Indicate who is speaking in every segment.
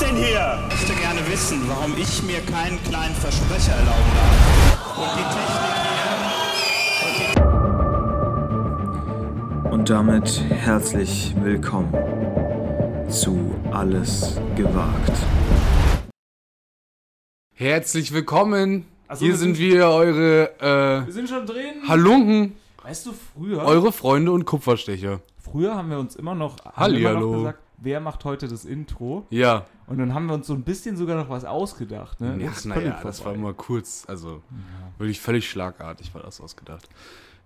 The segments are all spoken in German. Speaker 1: denn hier? Ich möchte gerne wissen, warum ich mir keinen kleinen Versprecher erlauben darf. Und die Technik hier.
Speaker 2: Und damit herzlich willkommen zu Alles gewagt.
Speaker 3: Herzlich willkommen.
Speaker 4: Ach so,
Speaker 3: Hier
Speaker 4: wir
Speaker 3: sind
Speaker 4: sind-
Speaker 3: wir, eure
Speaker 4: Wir sind schon drin.
Speaker 3: äh, Halunken,
Speaker 4: Weißt du, früher,
Speaker 3: eure Freunde und Kupferstecher.
Speaker 4: früher haben wir uns immer noch, haben
Speaker 3: Hallihallo.
Speaker 4: immer noch gesagt, wer macht heute das Intro?
Speaker 3: Ja,
Speaker 4: Und dann haben wir uns so ein bisschen sogar noch was ausgedacht. Ne?
Speaker 3: ja
Speaker 4: Das ist völlig
Speaker 3: naja, das war
Speaker 4: vorbei.
Speaker 3: mal kurz, also wirklich völlig schlagartig war das ausgedacht.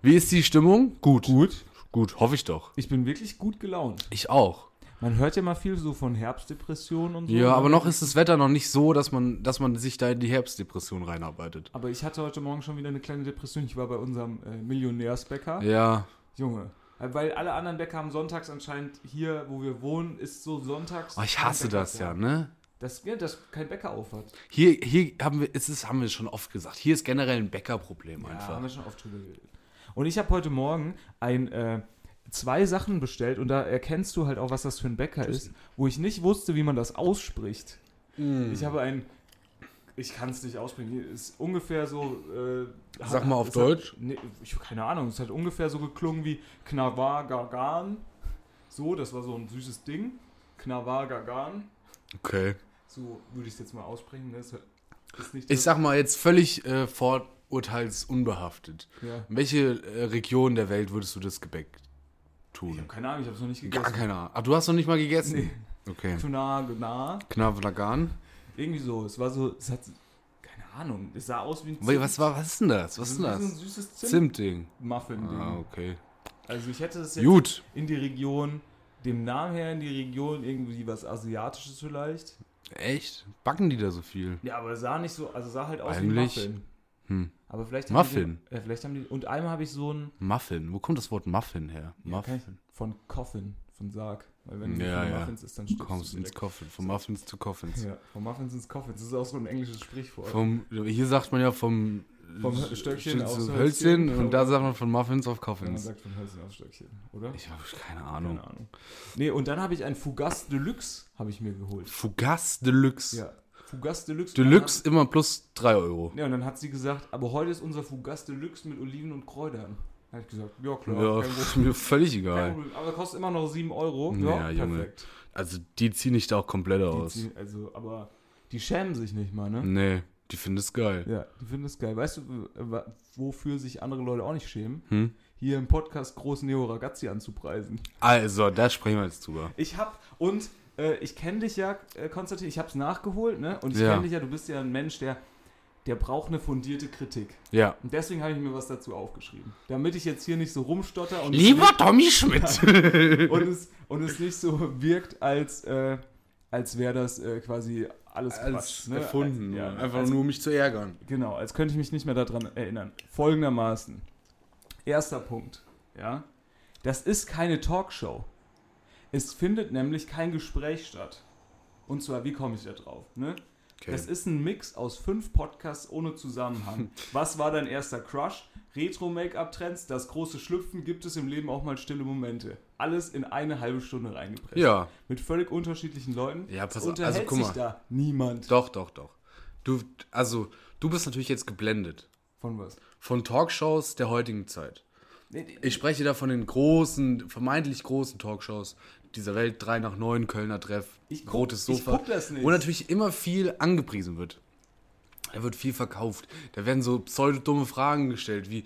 Speaker 3: Wie ist die Stimmung? Gut.
Speaker 4: gut.
Speaker 3: Gut, hoffe ich doch.
Speaker 4: Ich bin wirklich gut gelaunt.
Speaker 3: Ich auch.
Speaker 4: Man hört ja mal viel so von Herbstdepressionen und so. ne?
Speaker 3: Ja, aber noch ist das Wetter noch nicht so, dass man, dass man sich da in die Herbstdepression reinarbeitet.
Speaker 4: Aber ich hatte heute Morgen schon wieder eine kleine Depression. Ich war bei unserem äh, Millionärsbäcker.
Speaker 3: Ja,
Speaker 4: Junge. Äh, Weil alle anderen Bäcker haben sonntags anscheinend hier, wo wir wohnen, ist so sonntags.
Speaker 3: oh, ich hasse
Speaker 4: kein Bäcker
Speaker 3: das ja,
Speaker 4: zu haben.
Speaker 3: ne?
Speaker 4: Dass, ja, dass kein Bäcker auf hat.
Speaker 3: Hier, hier haben wir, es ist, haben wir schon oft gesagt, hier ist generell ein Bäckerproblem
Speaker 4: Ja, haben
Speaker 3: einfach.
Speaker 4: wir schon oft drüber geredet. Und ich habe heute Morgen ein, äh, zwei Sachen bestellt und da erkennst du halt auch, was das für ein Bäcker ist, wo ich nicht wusste, wie man das ausspricht.
Speaker 3: Hm.
Speaker 4: Ich habe ein, ich kann es nicht aussprechen, ist ungefähr so. Äh,
Speaker 3: Sag mal auf
Speaker 4: es
Speaker 3: Deutsch.
Speaker 4: Hat, nee, ich, keine Ahnung, es hat ungefähr so geklungen wie Knavar Gagan. So, das war so ein süßes Ding. Knavar Gagan.
Speaker 3: Okay.
Speaker 4: So würde ich es jetzt mal aussprechen. ne? Es ist nicht
Speaker 3: Ich sag mal jetzt völlig äh, vorurteilsunbehaftet.
Speaker 4: Ja.
Speaker 3: In welche äh, Region der Welt würdest du das Gebäck
Speaker 4: Ich
Speaker 3: tun?
Speaker 4: habe keine Ahnung, ich habe es noch nicht gegessen.
Speaker 3: Gar keine Ahnung. Ach, du hast noch nicht mal gegessen? Okay.
Speaker 4: Tuna, Gna.
Speaker 3: Knavlagan.
Speaker 4: Irgendwie so. Es war so, es hat, keine Ahnung, es sah aus wie ein Also
Speaker 3: Wait, Was, war, was ist denn das? Was ist
Speaker 4: so
Speaker 3: denn
Speaker 4: ein
Speaker 3: das?
Speaker 4: süßes Zimt.
Speaker 3: Zimtding.
Speaker 4: Muffin-Ding.
Speaker 3: Ah, okay.
Speaker 4: Also ich hätte das jetzt
Speaker 3: Gut.
Speaker 4: in die Region, dem Namen her in die Region, irgendwie was Asiatisches vielleicht.
Speaker 3: Echt? Backen die da so viel?
Speaker 4: Ja, aber es sah nicht so, also sah halt aus
Speaker 3: Eigentlich-
Speaker 4: wie ein Muffin.
Speaker 3: Hm.
Speaker 4: Aber vielleicht
Speaker 3: Muffin.
Speaker 4: Haben die, äh, vielleicht haben die, und einmal habe ich so ein,
Speaker 3: Muffin. Wo kommt das Wort Muffin her?
Speaker 4: kann
Speaker 3: Muffin.
Speaker 4: ich, von Coffin, von Sarg. Weil wenn du
Speaker 3: Ja,
Speaker 4: von
Speaker 3: ja.
Speaker 4: Muffins ist, dann
Speaker 3: Du
Speaker 4: stirbst
Speaker 3: kommst
Speaker 4: du
Speaker 3: ins
Speaker 4: direkt.
Speaker 3: Coffin. Von Muffins zu Coffins.
Speaker 4: Ja, von Muffins ins Coffin. Das ist auch so ein englisches Sprichwort.
Speaker 3: Vom, hier sagt man ja vom,
Speaker 4: Vom
Speaker 3: äh,
Speaker 4: Stöckchen
Speaker 3: zu
Speaker 4: aufs
Speaker 3: Hölzchen
Speaker 4: Hölzchen. Genau.
Speaker 3: und da sagt man von Muffins auf
Speaker 4: man
Speaker 3: Coffins.
Speaker 4: sagt von Hölzchen auf Stöckchen, oder?
Speaker 3: Ich habe keine Ahnung.
Speaker 4: Keine Ahnung. Nee, und dann habe ich ein Fugas Deluxe habe ich mir geholt.
Speaker 3: Fugas Deluxe.
Speaker 4: Ja, Fugas Deluxe.
Speaker 3: Deluxe immer plus 3 Euro.
Speaker 4: Ja, und dann hat sie gesagt, aber heute ist unser Fugas Deluxe mit Oliven und Kräutern. Da habe ich gesagt, ja klar,
Speaker 3: Ja,
Speaker 4: kein,
Speaker 3: pff,
Speaker 4: Problem,
Speaker 3: mir völlig
Speaker 4: kein
Speaker 3: egal.
Speaker 4: Problem. Aber kostet immer noch 7 Euro.
Speaker 3: Ja,
Speaker 4: Ja,
Speaker 3: Junge.
Speaker 4: perfekt.
Speaker 3: Also die ziehen ich da auch komplett
Speaker 4: Die
Speaker 3: aus.
Speaker 4: ziehen, also, aber die schämen sich nicht mal, ne?
Speaker 3: nee, die finden es geil.
Speaker 4: Ja, die finden es geil. Weißt du, äh, wa- wofür sich andere Leute auch nicht schämen?
Speaker 3: Hm?
Speaker 4: Hier im Podcast groß Neo Ragazzi anzupreisen.
Speaker 3: Also, da sprechen wir jetzt drüber.
Speaker 4: Ich hab und äh, ich kenne dich ja, äh, Konstantin, ich hab's nachgeholt, ne? Und ich
Speaker 3: Ja.
Speaker 4: kenne dich ja, du bist ja ein Mensch, der, der braucht eine fundierte Kritik.
Speaker 3: Ja.
Speaker 4: Und deswegen habe ich mir was dazu aufgeschrieben. Damit ich jetzt hier nicht so rumstotter und,
Speaker 3: Lieber Tommy Schmidt!
Speaker 4: und, es, und es nicht so wirkt, als, äh, als wäre das äh, quasi alles Quatsch. Ne? als, ja,
Speaker 3: Einfach
Speaker 4: als,
Speaker 3: nur, um mich zu ärgern.
Speaker 4: Genau, als könnte ich mich nicht mehr daran erinnern. Folgendermaßen. Erster Punkt, ja. Das ist keine Talkshow. Es findet nämlich kein Gespräch statt. Und zwar, wie komme ich da drauf? Ne?
Speaker 3: Okay.
Speaker 4: Das ist ein Mix aus fünf Podcasts ohne Zusammenhang. Was war dein erster Crush? Retro-Make-up-Trends, das große Schlüpfen, gibt es im Leben auch mal stille Momente. Alles in eine halbe Stunde reingepresst.
Speaker 3: ja,
Speaker 4: Mit völlig unterschiedlichen Leuten.
Speaker 3: Ja, pass
Speaker 4: Es
Speaker 3: auf,
Speaker 4: unterhält
Speaker 3: also guck
Speaker 4: sich
Speaker 3: mal.
Speaker 4: da niemand.
Speaker 3: doch, doch, doch. Du, also, du bist natürlich jetzt geblendet
Speaker 4: Von was?
Speaker 3: von Talkshows der heutigen Zeit.
Speaker 4: Nee, nee,
Speaker 3: Ich spreche da von den großen, vermeintlich großen Talkshows dieser Welt. 3 nach 9, Kölner Treff,
Speaker 4: Ich guck-
Speaker 3: Rotes
Speaker 4: ich
Speaker 3: Sofa.
Speaker 4: guck das nicht.
Speaker 3: Wo natürlich immer viel angepriesen wird. Da wird viel verkauft. Da werden so pseudodumme Fragen gestellt, wie,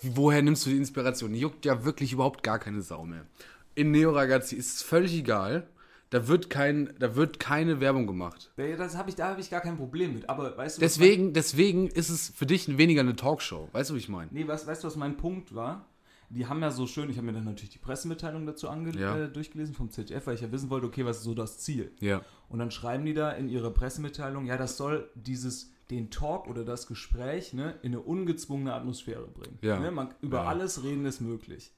Speaker 3: wie woher nimmst du die Inspiration? Die Juckt ja wirklich überhaupt gar keine Sau mehr. In Neo Ragazzi ist es völlig egal. Da wird, kein, da wird keine Werbung gemacht.
Speaker 4: Ja, das hab ich, da habe ich gar kein Problem mit. Aber weißt du, was
Speaker 3: Deswegen, deswegen ist es für dich weniger eine Talkshow. Weißt du, wie ich meine?
Speaker 4: Mein, nee, was, weißt du, was mein Punkt war? Die haben ja so schön, ich habe mir dann natürlich die Pressemitteilung dazu ange
Speaker 3: Ja.
Speaker 4: äh, durchgelesen vom ZDF, weil ich ja wissen wollte, okay, was ist so das Ziel?
Speaker 3: Ja.
Speaker 4: Und dann schreiben die da in ihrer Pressemitteilung, ja, das soll dieses den Talk oder das Gespräch ne, in eine ungezwungene Atmosphäre bringen.
Speaker 3: Ja.
Speaker 4: Ne, man, über
Speaker 3: Ja.
Speaker 4: alles reden ist möglich.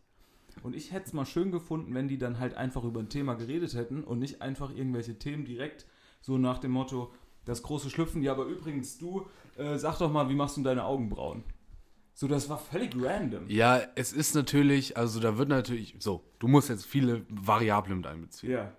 Speaker 4: Und ich hätte es mal schön gefunden, wenn die dann halt einfach über ein Thema geredet hätten und nicht einfach irgendwelche Themen direkt so nach dem Motto, das große Schlüpfen, ja, aber übrigens du, äh, sag doch mal, wie machst du deine Augenbrauen? So, das war völlig random.
Speaker 3: Ja, es ist natürlich, also da wird natürlich, so, du musst jetzt viele Variablen mit einbeziehen.
Speaker 4: Ja.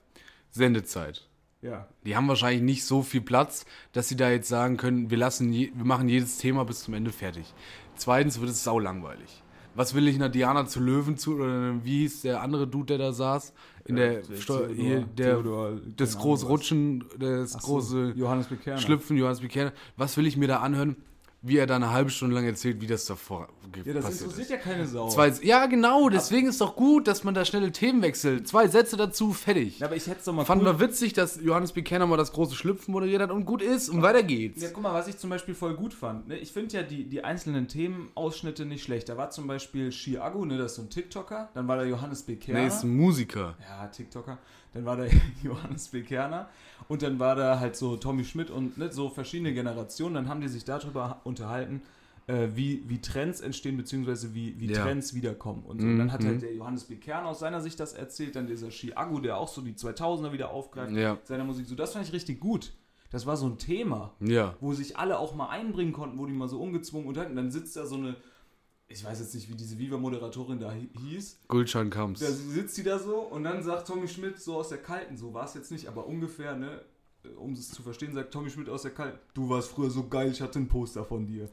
Speaker 3: Sendezeit,
Speaker 4: Ja.
Speaker 3: Die haben wahrscheinlich nicht so viel Platz, dass sie da jetzt sagen können, wir, lassen je, wir machen jedes Thema bis zum Ende fertig. Zweitens wird es sau langweilig. Was will ich einer Diana zu Löwen zu oder einem- wie hieß der andere Dude, der da saß? In der, Steu
Speaker 4: Äh, Theodor-
Speaker 3: Äh, hier, der
Speaker 4: Theodor,
Speaker 3: das große
Speaker 4: keine Ahnung was.
Speaker 3: Rutschen, das
Speaker 4: Ach so,
Speaker 3: große
Speaker 4: Johannes Bekerner.
Speaker 3: Schlüpfen, Johannes Bekerner. Was will ich mir da anhören, wie er da eine halbe Stunde lang erzählt, wie das davor ge-
Speaker 4: Ja, das
Speaker 3: passiert
Speaker 4: interessiert
Speaker 3: ist?
Speaker 4: ja keine Sau.
Speaker 3: Zwei, ja, genau, deswegen ist doch gut, dass man da schnelle Themen wechselt. Zwei Sätze dazu, fertig.
Speaker 4: Ja, aber ich hätte es doch mal
Speaker 3: Fanden
Speaker 4: cool-
Speaker 3: wir witzig, dass Johannes Bekerner mal das große Schlüpfen moderiert hat und gut ist und weiter geht's.
Speaker 4: Ja, guck mal, was ich zum Beispiel voll gut fand. Ne? Ich finde ja die, die einzelnen Themenausschnitte nicht schlecht. Da war zum Beispiel Shiago, ne, das ist so ein TikToker. Dann war da Johannes B. Kerner.
Speaker 3: Nee, ist ein Musiker.
Speaker 4: ja, TikToker. Dann war da Johannes B. Kerner. Und dann war da halt so Tommy Schmidt und ne, so verschiedene Generationen. Dann haben die sich darüber unterhalten, äh, wie, wie Trends entstehen, beziehungsweise wie, wie
Speaker 3: Ja. Mhm,
Speaker 4: Trends wiederkommen. Und, so. und dann hat halt der Johannes B. Kerner aus seiner Sicht das erzählt. Dann dieser Shiago, der auch so die 2000er wieder aufgreift.
Speaker 3: Ja.
Speaker 4: Seiner Musik. So, das fand ich richtig gut. Das war so ein Thema
Speaker 3: Ja.
Speaker 4: wo sich alle auch mal einbringen konnten, wo die mal so ungezwungen unterhalten. Dann sitzt da so eine, ich weiß jetzt nicht, wie diese Viva-Moderatorin da hi- hieß.
Speaker 3: Gulcan Kamps.
Speaker 4: Da sitzt die da so und dann sagt Tommy Schmidt so aus der Kalten, so war es jetzt nicht, aber ungefähr, ne? Um es zu verstehen, sagt Tommy Schmidt aus der Kalten, du warst früher so geil, ich hatte ein Poster von dir.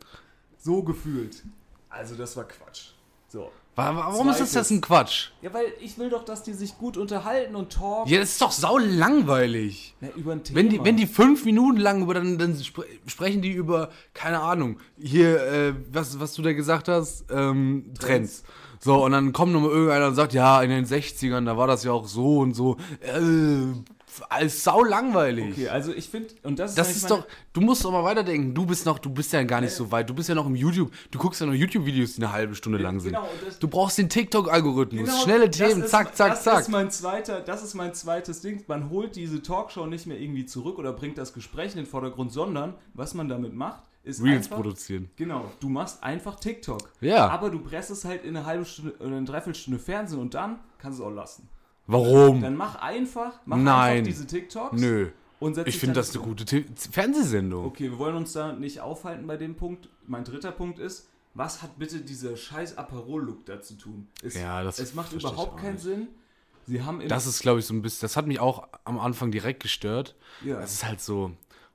Speaker 4: So gefühlt. Also das war Quatsch. So.
Speaker 3: Wa- wa- Warum ist das,
Speaker 4: Zweites.
Speaker 3: das ein Quatsch?
Speaker 4: Ja, weil ich will doch, dass die sich gut unterhalten und talken
Speaker 3: Ja, das ist doch sau langweilig.
Speaker 4: ne, über ein Thema.
Speaker 3: Wenn die, wenn die fünf Minuten lang über, dann, dann spre sprechen die über, keine Ahnung, hier, äh, was, was du da gesagt hast, ähm, Trends. So, und dann kommt nochmal irgendeiner und sagt, ja, in den 60ern, da war das ja auch so und so. Äh, alles sau langweilig.
Speaker 4: Okay, also ich finde, und das ist,
Speaker 3: Das
Speaker 4: eigentlich
Speaker 3: ist
Speaker 4: meine- Äh.
Speaker 3: doch, du musst doch mal weiterdenken. Du bist noch, du bist ja gar nicht so weit. Du bist ja noch im YouTube. Du guckst ja noch YouTube-Videos, die eine halbe Stunde lang sind.
Speaker 4: genau, und das-
Speaker 3: Du brauchst den TikTok-Algorithmus.
Speaker 4: Genau,
Speaker 3: Schnelle
Speaker 4: das
Speaker 3: Themen,
Speaker 4: ist-
Speaker 3: zack, zack,
Speaker 4: das
Speaker 3: zack.
Speaker 4: Ist mein zweiter, das ist mein zweites Ding. Man holt diese Talkshow nicht mehr irgendwie zurück oder bringt das Gespräch in den Vordergrund, sondern was man damit macht, ist
Speaker 3: Reels
Speaker 4: einfach,
Speaker 3: produzieren.
Speaker 4: Genau, du machst einfach TikTok.
Speaker 3: Ja.
Speaker 4: Aber du presst es halt in eine halbe Stunde oder eine Dreiviertelstunde Fernsehen und dann kannst du es auch lassen.
Speaker 3: Warum?
Speaker 4: Dann mach einfach, mach
Speaker 3: Nein.
Speaker 4: einfach diese TikToks.
Speaker 3: Nö.
Speaker 4: Und setz
Speaker 3: Ich
Speaker 4: dich
Speaker 3: finde
Speaker 4: dann-
Speaker 3: das eine gute T Fernsehsendung.
Speaker 4: Okay, wir wollen uns da nicht aufhalten bei dem Punkt. Mein dritter Punkt ist, was hat bitte dieser scheiß Aperol-Look da zu tun? Es,
Speaker 3: Ja, das
Speaker 4: es macht
Speaker 3: verstehe ich
Speaker 4: überhaupt
Speaker 3: auch
Speaker 4: keinen
Speaker 3: nicht.
Speaker 4: Sinn. Sie haben in
Speaker 3: Das ist, glaube ich, so ein bisschen. Das hat mich auch am Anfang direkt gestört.
Speaker 4: Ja.
Speaker 3: Das ist halt so,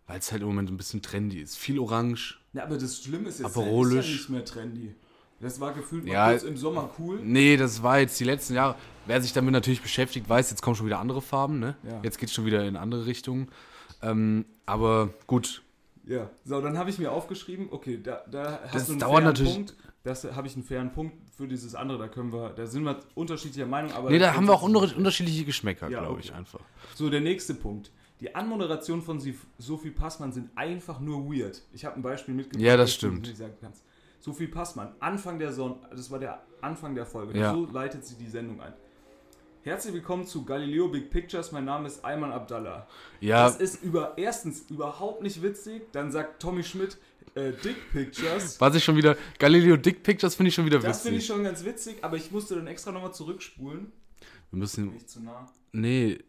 Speaker 3: weil es halt im Moment ein bisschen trendy ist. Viel Orange.
Speaker 4: Na, aber das Schlimme ist jetzt,
Speaker 3: Aperolisch.
Speaker 4: das ist ja nicht mehr trendy. Das war gefühlt mal
Speaker 3: Ja.
Speaker 4: kurz im Sommer cool.
Speaker 3: Nee, das war jetzt die letzten Jahre. Wer sich damit natürlich beschäftigt, weiß, jetzt kommen schon wieder andere Farben, ne?
Speaker 4: Ja.
Speaker 3: Jetzt geht's schon wieder in andere Richtungen. Ähm, aber gut,
Speaker 4: Ja. So, dann habe ich mir aufgeschrieben, okay, da, da hast
Speaker 3: Das
Speaker 4: du einen
Speaker 3: dauert
Speaker 4: fairen
Speaker 3: natürlich-
Speaker 4: Punkt. Das habe ich einen fairen Punkt für dieses andere. Da können wir, da sind wir unterschiedlicher Meinung, aber.
Speaker 3: nee, da haben wir auch unter- unterschiedliche Geschmäcker,
Speaker 4: Ja,
Speaker 3: glaube
Speaker 4: okay.
Speaker 3: ich, einfach.
Speaker 4: So, der nächste Punkt. Die Anmoderation von Sif- Sophie Passmann sind einfach nur weird. Ich habe ein Beispiel mitgebracht.
Speaker 3: Ja, das
Speaker 4: dass du
Speaker 3: stimmt.
Speaker 4: nicht sagen kannst. Sophie Passmann, Anfang der Sonne, das war der Anfang der Folge.
Speaker 3: Ja.
Speaker 4: So leitet sie die Sendung ein. Herzlich willkommen zu Galileo Big Pictures. Mein Name ist Ayman Abdallah.
Speaker 3: Ja,
Speaker 4: Das ist über erstens überhaupt nicht witzig. Dann sagt Tommy Schmidt äh, Dick Pictures.
Speaker 3: was ich schon wieder. Galileo Dick Pictures finde ich schon wieder
Speaker 4: Das finde
Speaker 3: witzig.
Speaker 4: ich schon ganz witzig, aber ich musste dann extra nochmal zurückspulen.
Speaker 3: wir müssen.
Speaker 4: Nicht zu nah.
Speaker 3: Nee,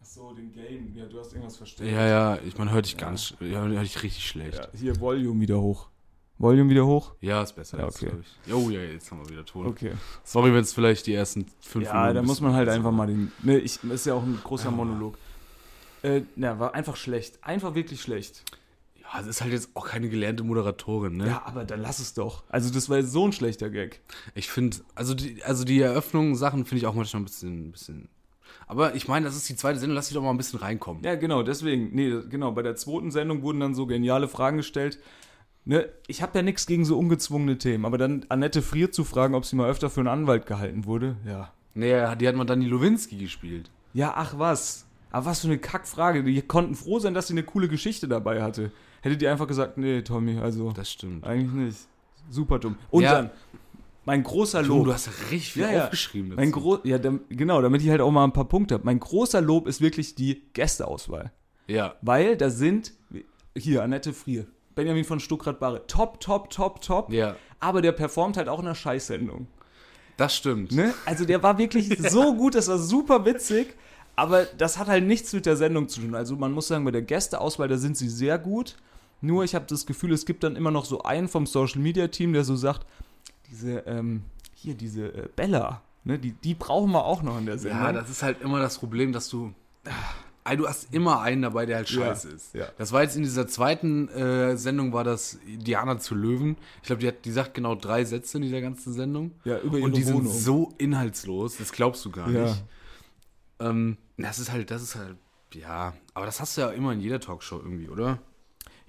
Speaker 4: Achso, den Game. Ja, du hast irgendwas verstanden.
Speaker 3: ja, ja, ich man hört dich ganz. sch- Ja, hört dich richtig schlecht. Ja,
Speaker 4: Hier, Volume wieder hoch. Volume wieder hoch?
Speaker 3: ist besser
Speaker 4: Ja,
Speaker 3: jetzt,
Speaker 4: okay.
Speaker 3: glaube ich. Oh ja, jetzt haben wir wieder Ton.
Speaker 4: Okay.
Speaker 3: Sorry, wenn es vielleicht die ersten fünf
Speaker 4: Ja, da
Speaker 3: ein
Speaker 4: muss
Speaker 3: bisschen-
Speaker 4: man halt einfach mal den. Ne, ich, ist ja auch ein großer Monolog. Äh, na, war einfach schlecht. Einfach wirklich schlecht.
Speaker 3: Ja, es ist halt jetzt auch keine gelernte Moderatorin, ne?
Speaker 4: Ja, aber dann lass es doch. Also, das war jetzt so ein schlechter Gag.
Speaker 3: Ich finde, also die, also die Eröffnungssachen finde ich auch manchmal ein bisschen, ein bisschen. Aber ich meine, das ist die zweite Sendung, lass dich doch mal ein bisschen reinkommen.
Speaker 4: Ja, genau, deswegen. Nee, genau. Bei der zweiten Sendung wurden dann so geniale Fragen gestellt. Ne, ich habe ja nichts gegen so ungezwungene Themen, aber dann Annette Frier zu fragen, ob sie mal öfter für einen Anwalt gehalten wurde, ja.
Speaker 3: Nee, die hat man dann die Lewinsky gespielt.
Speaker 4: Ja, ach was. Aber was für eine Kackfrage. Die konnten froh sein, dass sie eine coole Geschichte dabei hatte. Hättet ihr einfach gesagt, nee, Tommy, also.
Speaker 3: Das stimmt.
Speaker 4: Eigentlich nicht. Super dumm. Und
Speaker 3: Ja.
Speaker 4: dann, mein großer
Speaker 3: Du,
Speaker 4: Lob.
Speaker 3: du hast ja richtig viel
Speaker 4: Ja, ja.
Speaker 3: aufgeschrieben.
Speaker 4: mein gro ja, dam- genau, damit ich halt auch mal ein paar Punkte habe. Mein großer Lob ist wirklich die Gästeauswahl.
Speaker 3: ja,
Speaker 4: Weil da sind, hier, Annette Frier, Benjamin von Stuckrad-Barre, top, top, top, top.
Speaker 3: ja,
Speaker 4: Aber der performt halt auch in einer Scheißsendung.
Speaker 3: das stimmt.
Speaker 4: Ne? Also der war wirklich so gut, das war super witzig. Aber das hat halt nichts mit der Sendung zu tun. Also man muss sagen, bei der Gästeauswahl, da sind sie sehr gut. Nur ich habe das Gefühl, es gibt dann immer noch so einen vom Social Media Team, der so sagt, diese, ähm, hier, diese äh, Bella, ne, die, die brauchen wir auch noch in der Sendung.
Speaker 3: Ja, das ist halt immer das Problem, dass du. Ah, Du hast immer einen dabei, der halt
Speaker 4: Ja,
Speaker 3: scheiße ist.
Speaker 4: ja.
Speaker 3: Das war jetzt in dieser zweiten äh, Sendung, war das Diana zu Löwen. Ich glaube, die, hat- die sagt genau drei Sätze in dieser ganzen Sendung.
Speaker 4: Ja, über ihre
Speaker 3: Und die sind
Speaker 4: Wohnung.
Speaker 3: so inhaltslos, das glaubst du gar
Speaker 4: Ja.
Speaker 3: nicht. Ähm, das ist halt, das ist halt, ja. Aber das hast du ja immer in jeder Talkshow irgendwie, oder?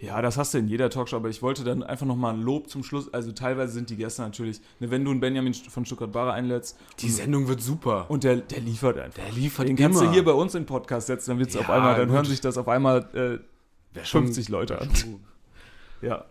Speaker 4: Ja, das hast du in jeder Talkshow, aber ich wollte dann einfach nochmal ein Lob zum Schluss. Also teilweise sind die Gäste natürlich, ne, wenn du einen Benjamin von Stuttgart-Barre einlädst
Speaker 3: Die Sendung wird super.
Speaker 4: Hm. und der, der liefert einfach.
Speaker 3: Der liefert
Speaker 4: Den kannst du
Speaker 3: immer.
Speaker 4: hier bei uns in den Podcast setzen, dann wird's auf
Speaker 3: Ja,
Speaker 4: einmal, dann
Speaker 3: gut.
Speaker 4: hören sich das auf einmal äh,
Speaker 3: Wär schon-
Speaker 4: 50 Leute an. Ja.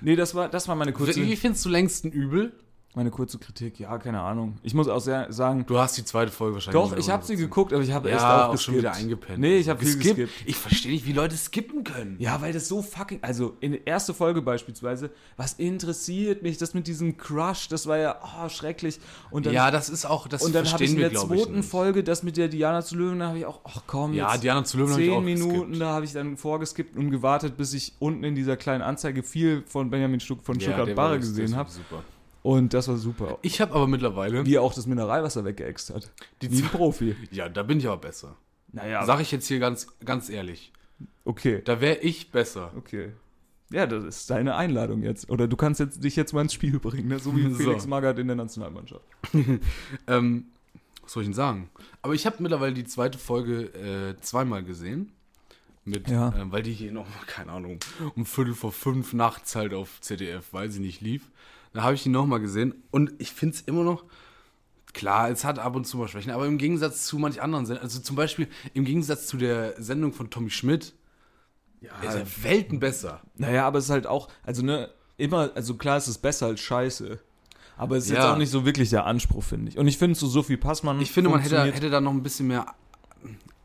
Speaker 4: Nee, das war, das war meine
Speaker 3: Wie
Speaker 4: kurze,
Speaker 3: findest du längsten übel?
Speaker 4: meine kurze Kritik. Ja, keine Ahnung. Ich muss auch sehr sagen,
Speaker 3: Du hast die zweite Folge wahrscheinlich.
Speaker 4: doch,
Speaker 3: nicht
Speaker 4: ich habe sie
Speaker 3: gesehen.
Speaker 4: geguckt, aber ich habe echt
Speaker 3: Ja,
Speaker 4: auch,
Speaker 3: auch schon
Speaker 4: geskippt.
Speaker 3: wieder eingepennt. Also
Speaker 4: Nee, ich habe viel
Speaker 3: Geskippt?
Speaker 4: geskippt.
Speaker 3: Ich verstehe nicht, wie Leute skippen können.
Speaker 4: Ja, weil das so fucking. Also in der ersten Folge beispielsweise, was interessiert mich das mit diesem Crush? Das war ja oh, schrecklich. Und dann,
Speaker 3: Ja, das ist auch, das
Speaker 4: und dann habe ich
Speaker 3: verstehen
Speaker 4: in
Speaker 3: wir,
Speaker 4: der
Speaker 3: glaube ich.
Speaker 4: zweiten
Speaker 3: Nicht.
Speaker 4: Folge das mit der Diana zu Löwen, da habe ich auch, ach komm,
Speaker 3: Ja,
Speaker 4: jetzt
Speaker 3: Diana zu Löwen habe ich auch
Speaker 4: zehn Minuten,
Speaker 3: geskippt.
Speaker 4: da habe ich dann vorgeskippt und gewartet, bis ich unten in dieser kleinen Anzeige viel von Benjamin Stuck von Stuttgart
Speaker 3: der war
Speaker 4: Barre
Speaker 3: das-
Speaker 4: gesehen
Speaker 3: das war
Speaker 4: habe.
Speaker 3: Super.
Speaker 4: Und das war super.
Speaker 3: Ich habe aber mittlerweile.
Speaker 4: Wie er auch das Mineralwasser weggeäxt hat.
Speaker 3: Die
Speaker 4: Wie ein
Speaker 3: zwei-
Speaker 4: Profi.
Speaker 3: Ja, da bin ich aber besser.
Speaker 4: Naja,
Speaker 3: Sag ich jetzt hier ganz, ganz ehrlich.
Speaker 4: okay.
Speaker 3: Da wäre ich besser.
Speaker 4: Okay. Ja, das ist deine Einladung jetzt. Oder du kannst jetzt, dich jetzt mal ins Spiel bringen, ne? so wie
Speaker 3: So.
Speaker 4: Felix Magath in der Nationalmannschaft.
Speaker 3: Ähm, was soll ich denn sagen? Aber ich habe mittlerweile die zweite Folge äh, zweimal gesehen. Mit,
Speaker 4: Ja.
Speaker 3: ähm, weil die hier noch, keine Ahnung, um Viertel vor fünf nachts halt auf ZDF, weil sie nicht lief. Da habe ich die nochmal gesehen und ich finde es immer noch, klar, es hat ab und zu mal Schwächen, aber im Gegensatz zu manch anderen Sendungen, also zum Beispiel im Gegensatz zu der Sendung von Tommy Schmidt, ist er Welten besser.
Speaker 4: Naja, aber es ist halt auch, also ne, immer, also klar, es ist besser als Scheiße. Aber es ist jetzt
Speaker 3: Ja.
Speaker 4: auch nicht so wirklich der Anspruch, finde ich. Und ich finde, so Sophie Passmann.
Speaker 3: Ich finde, man hätte,
Speaker 4: funktioniert-
Speaker 3: hätte da noch ein bisschen mehr.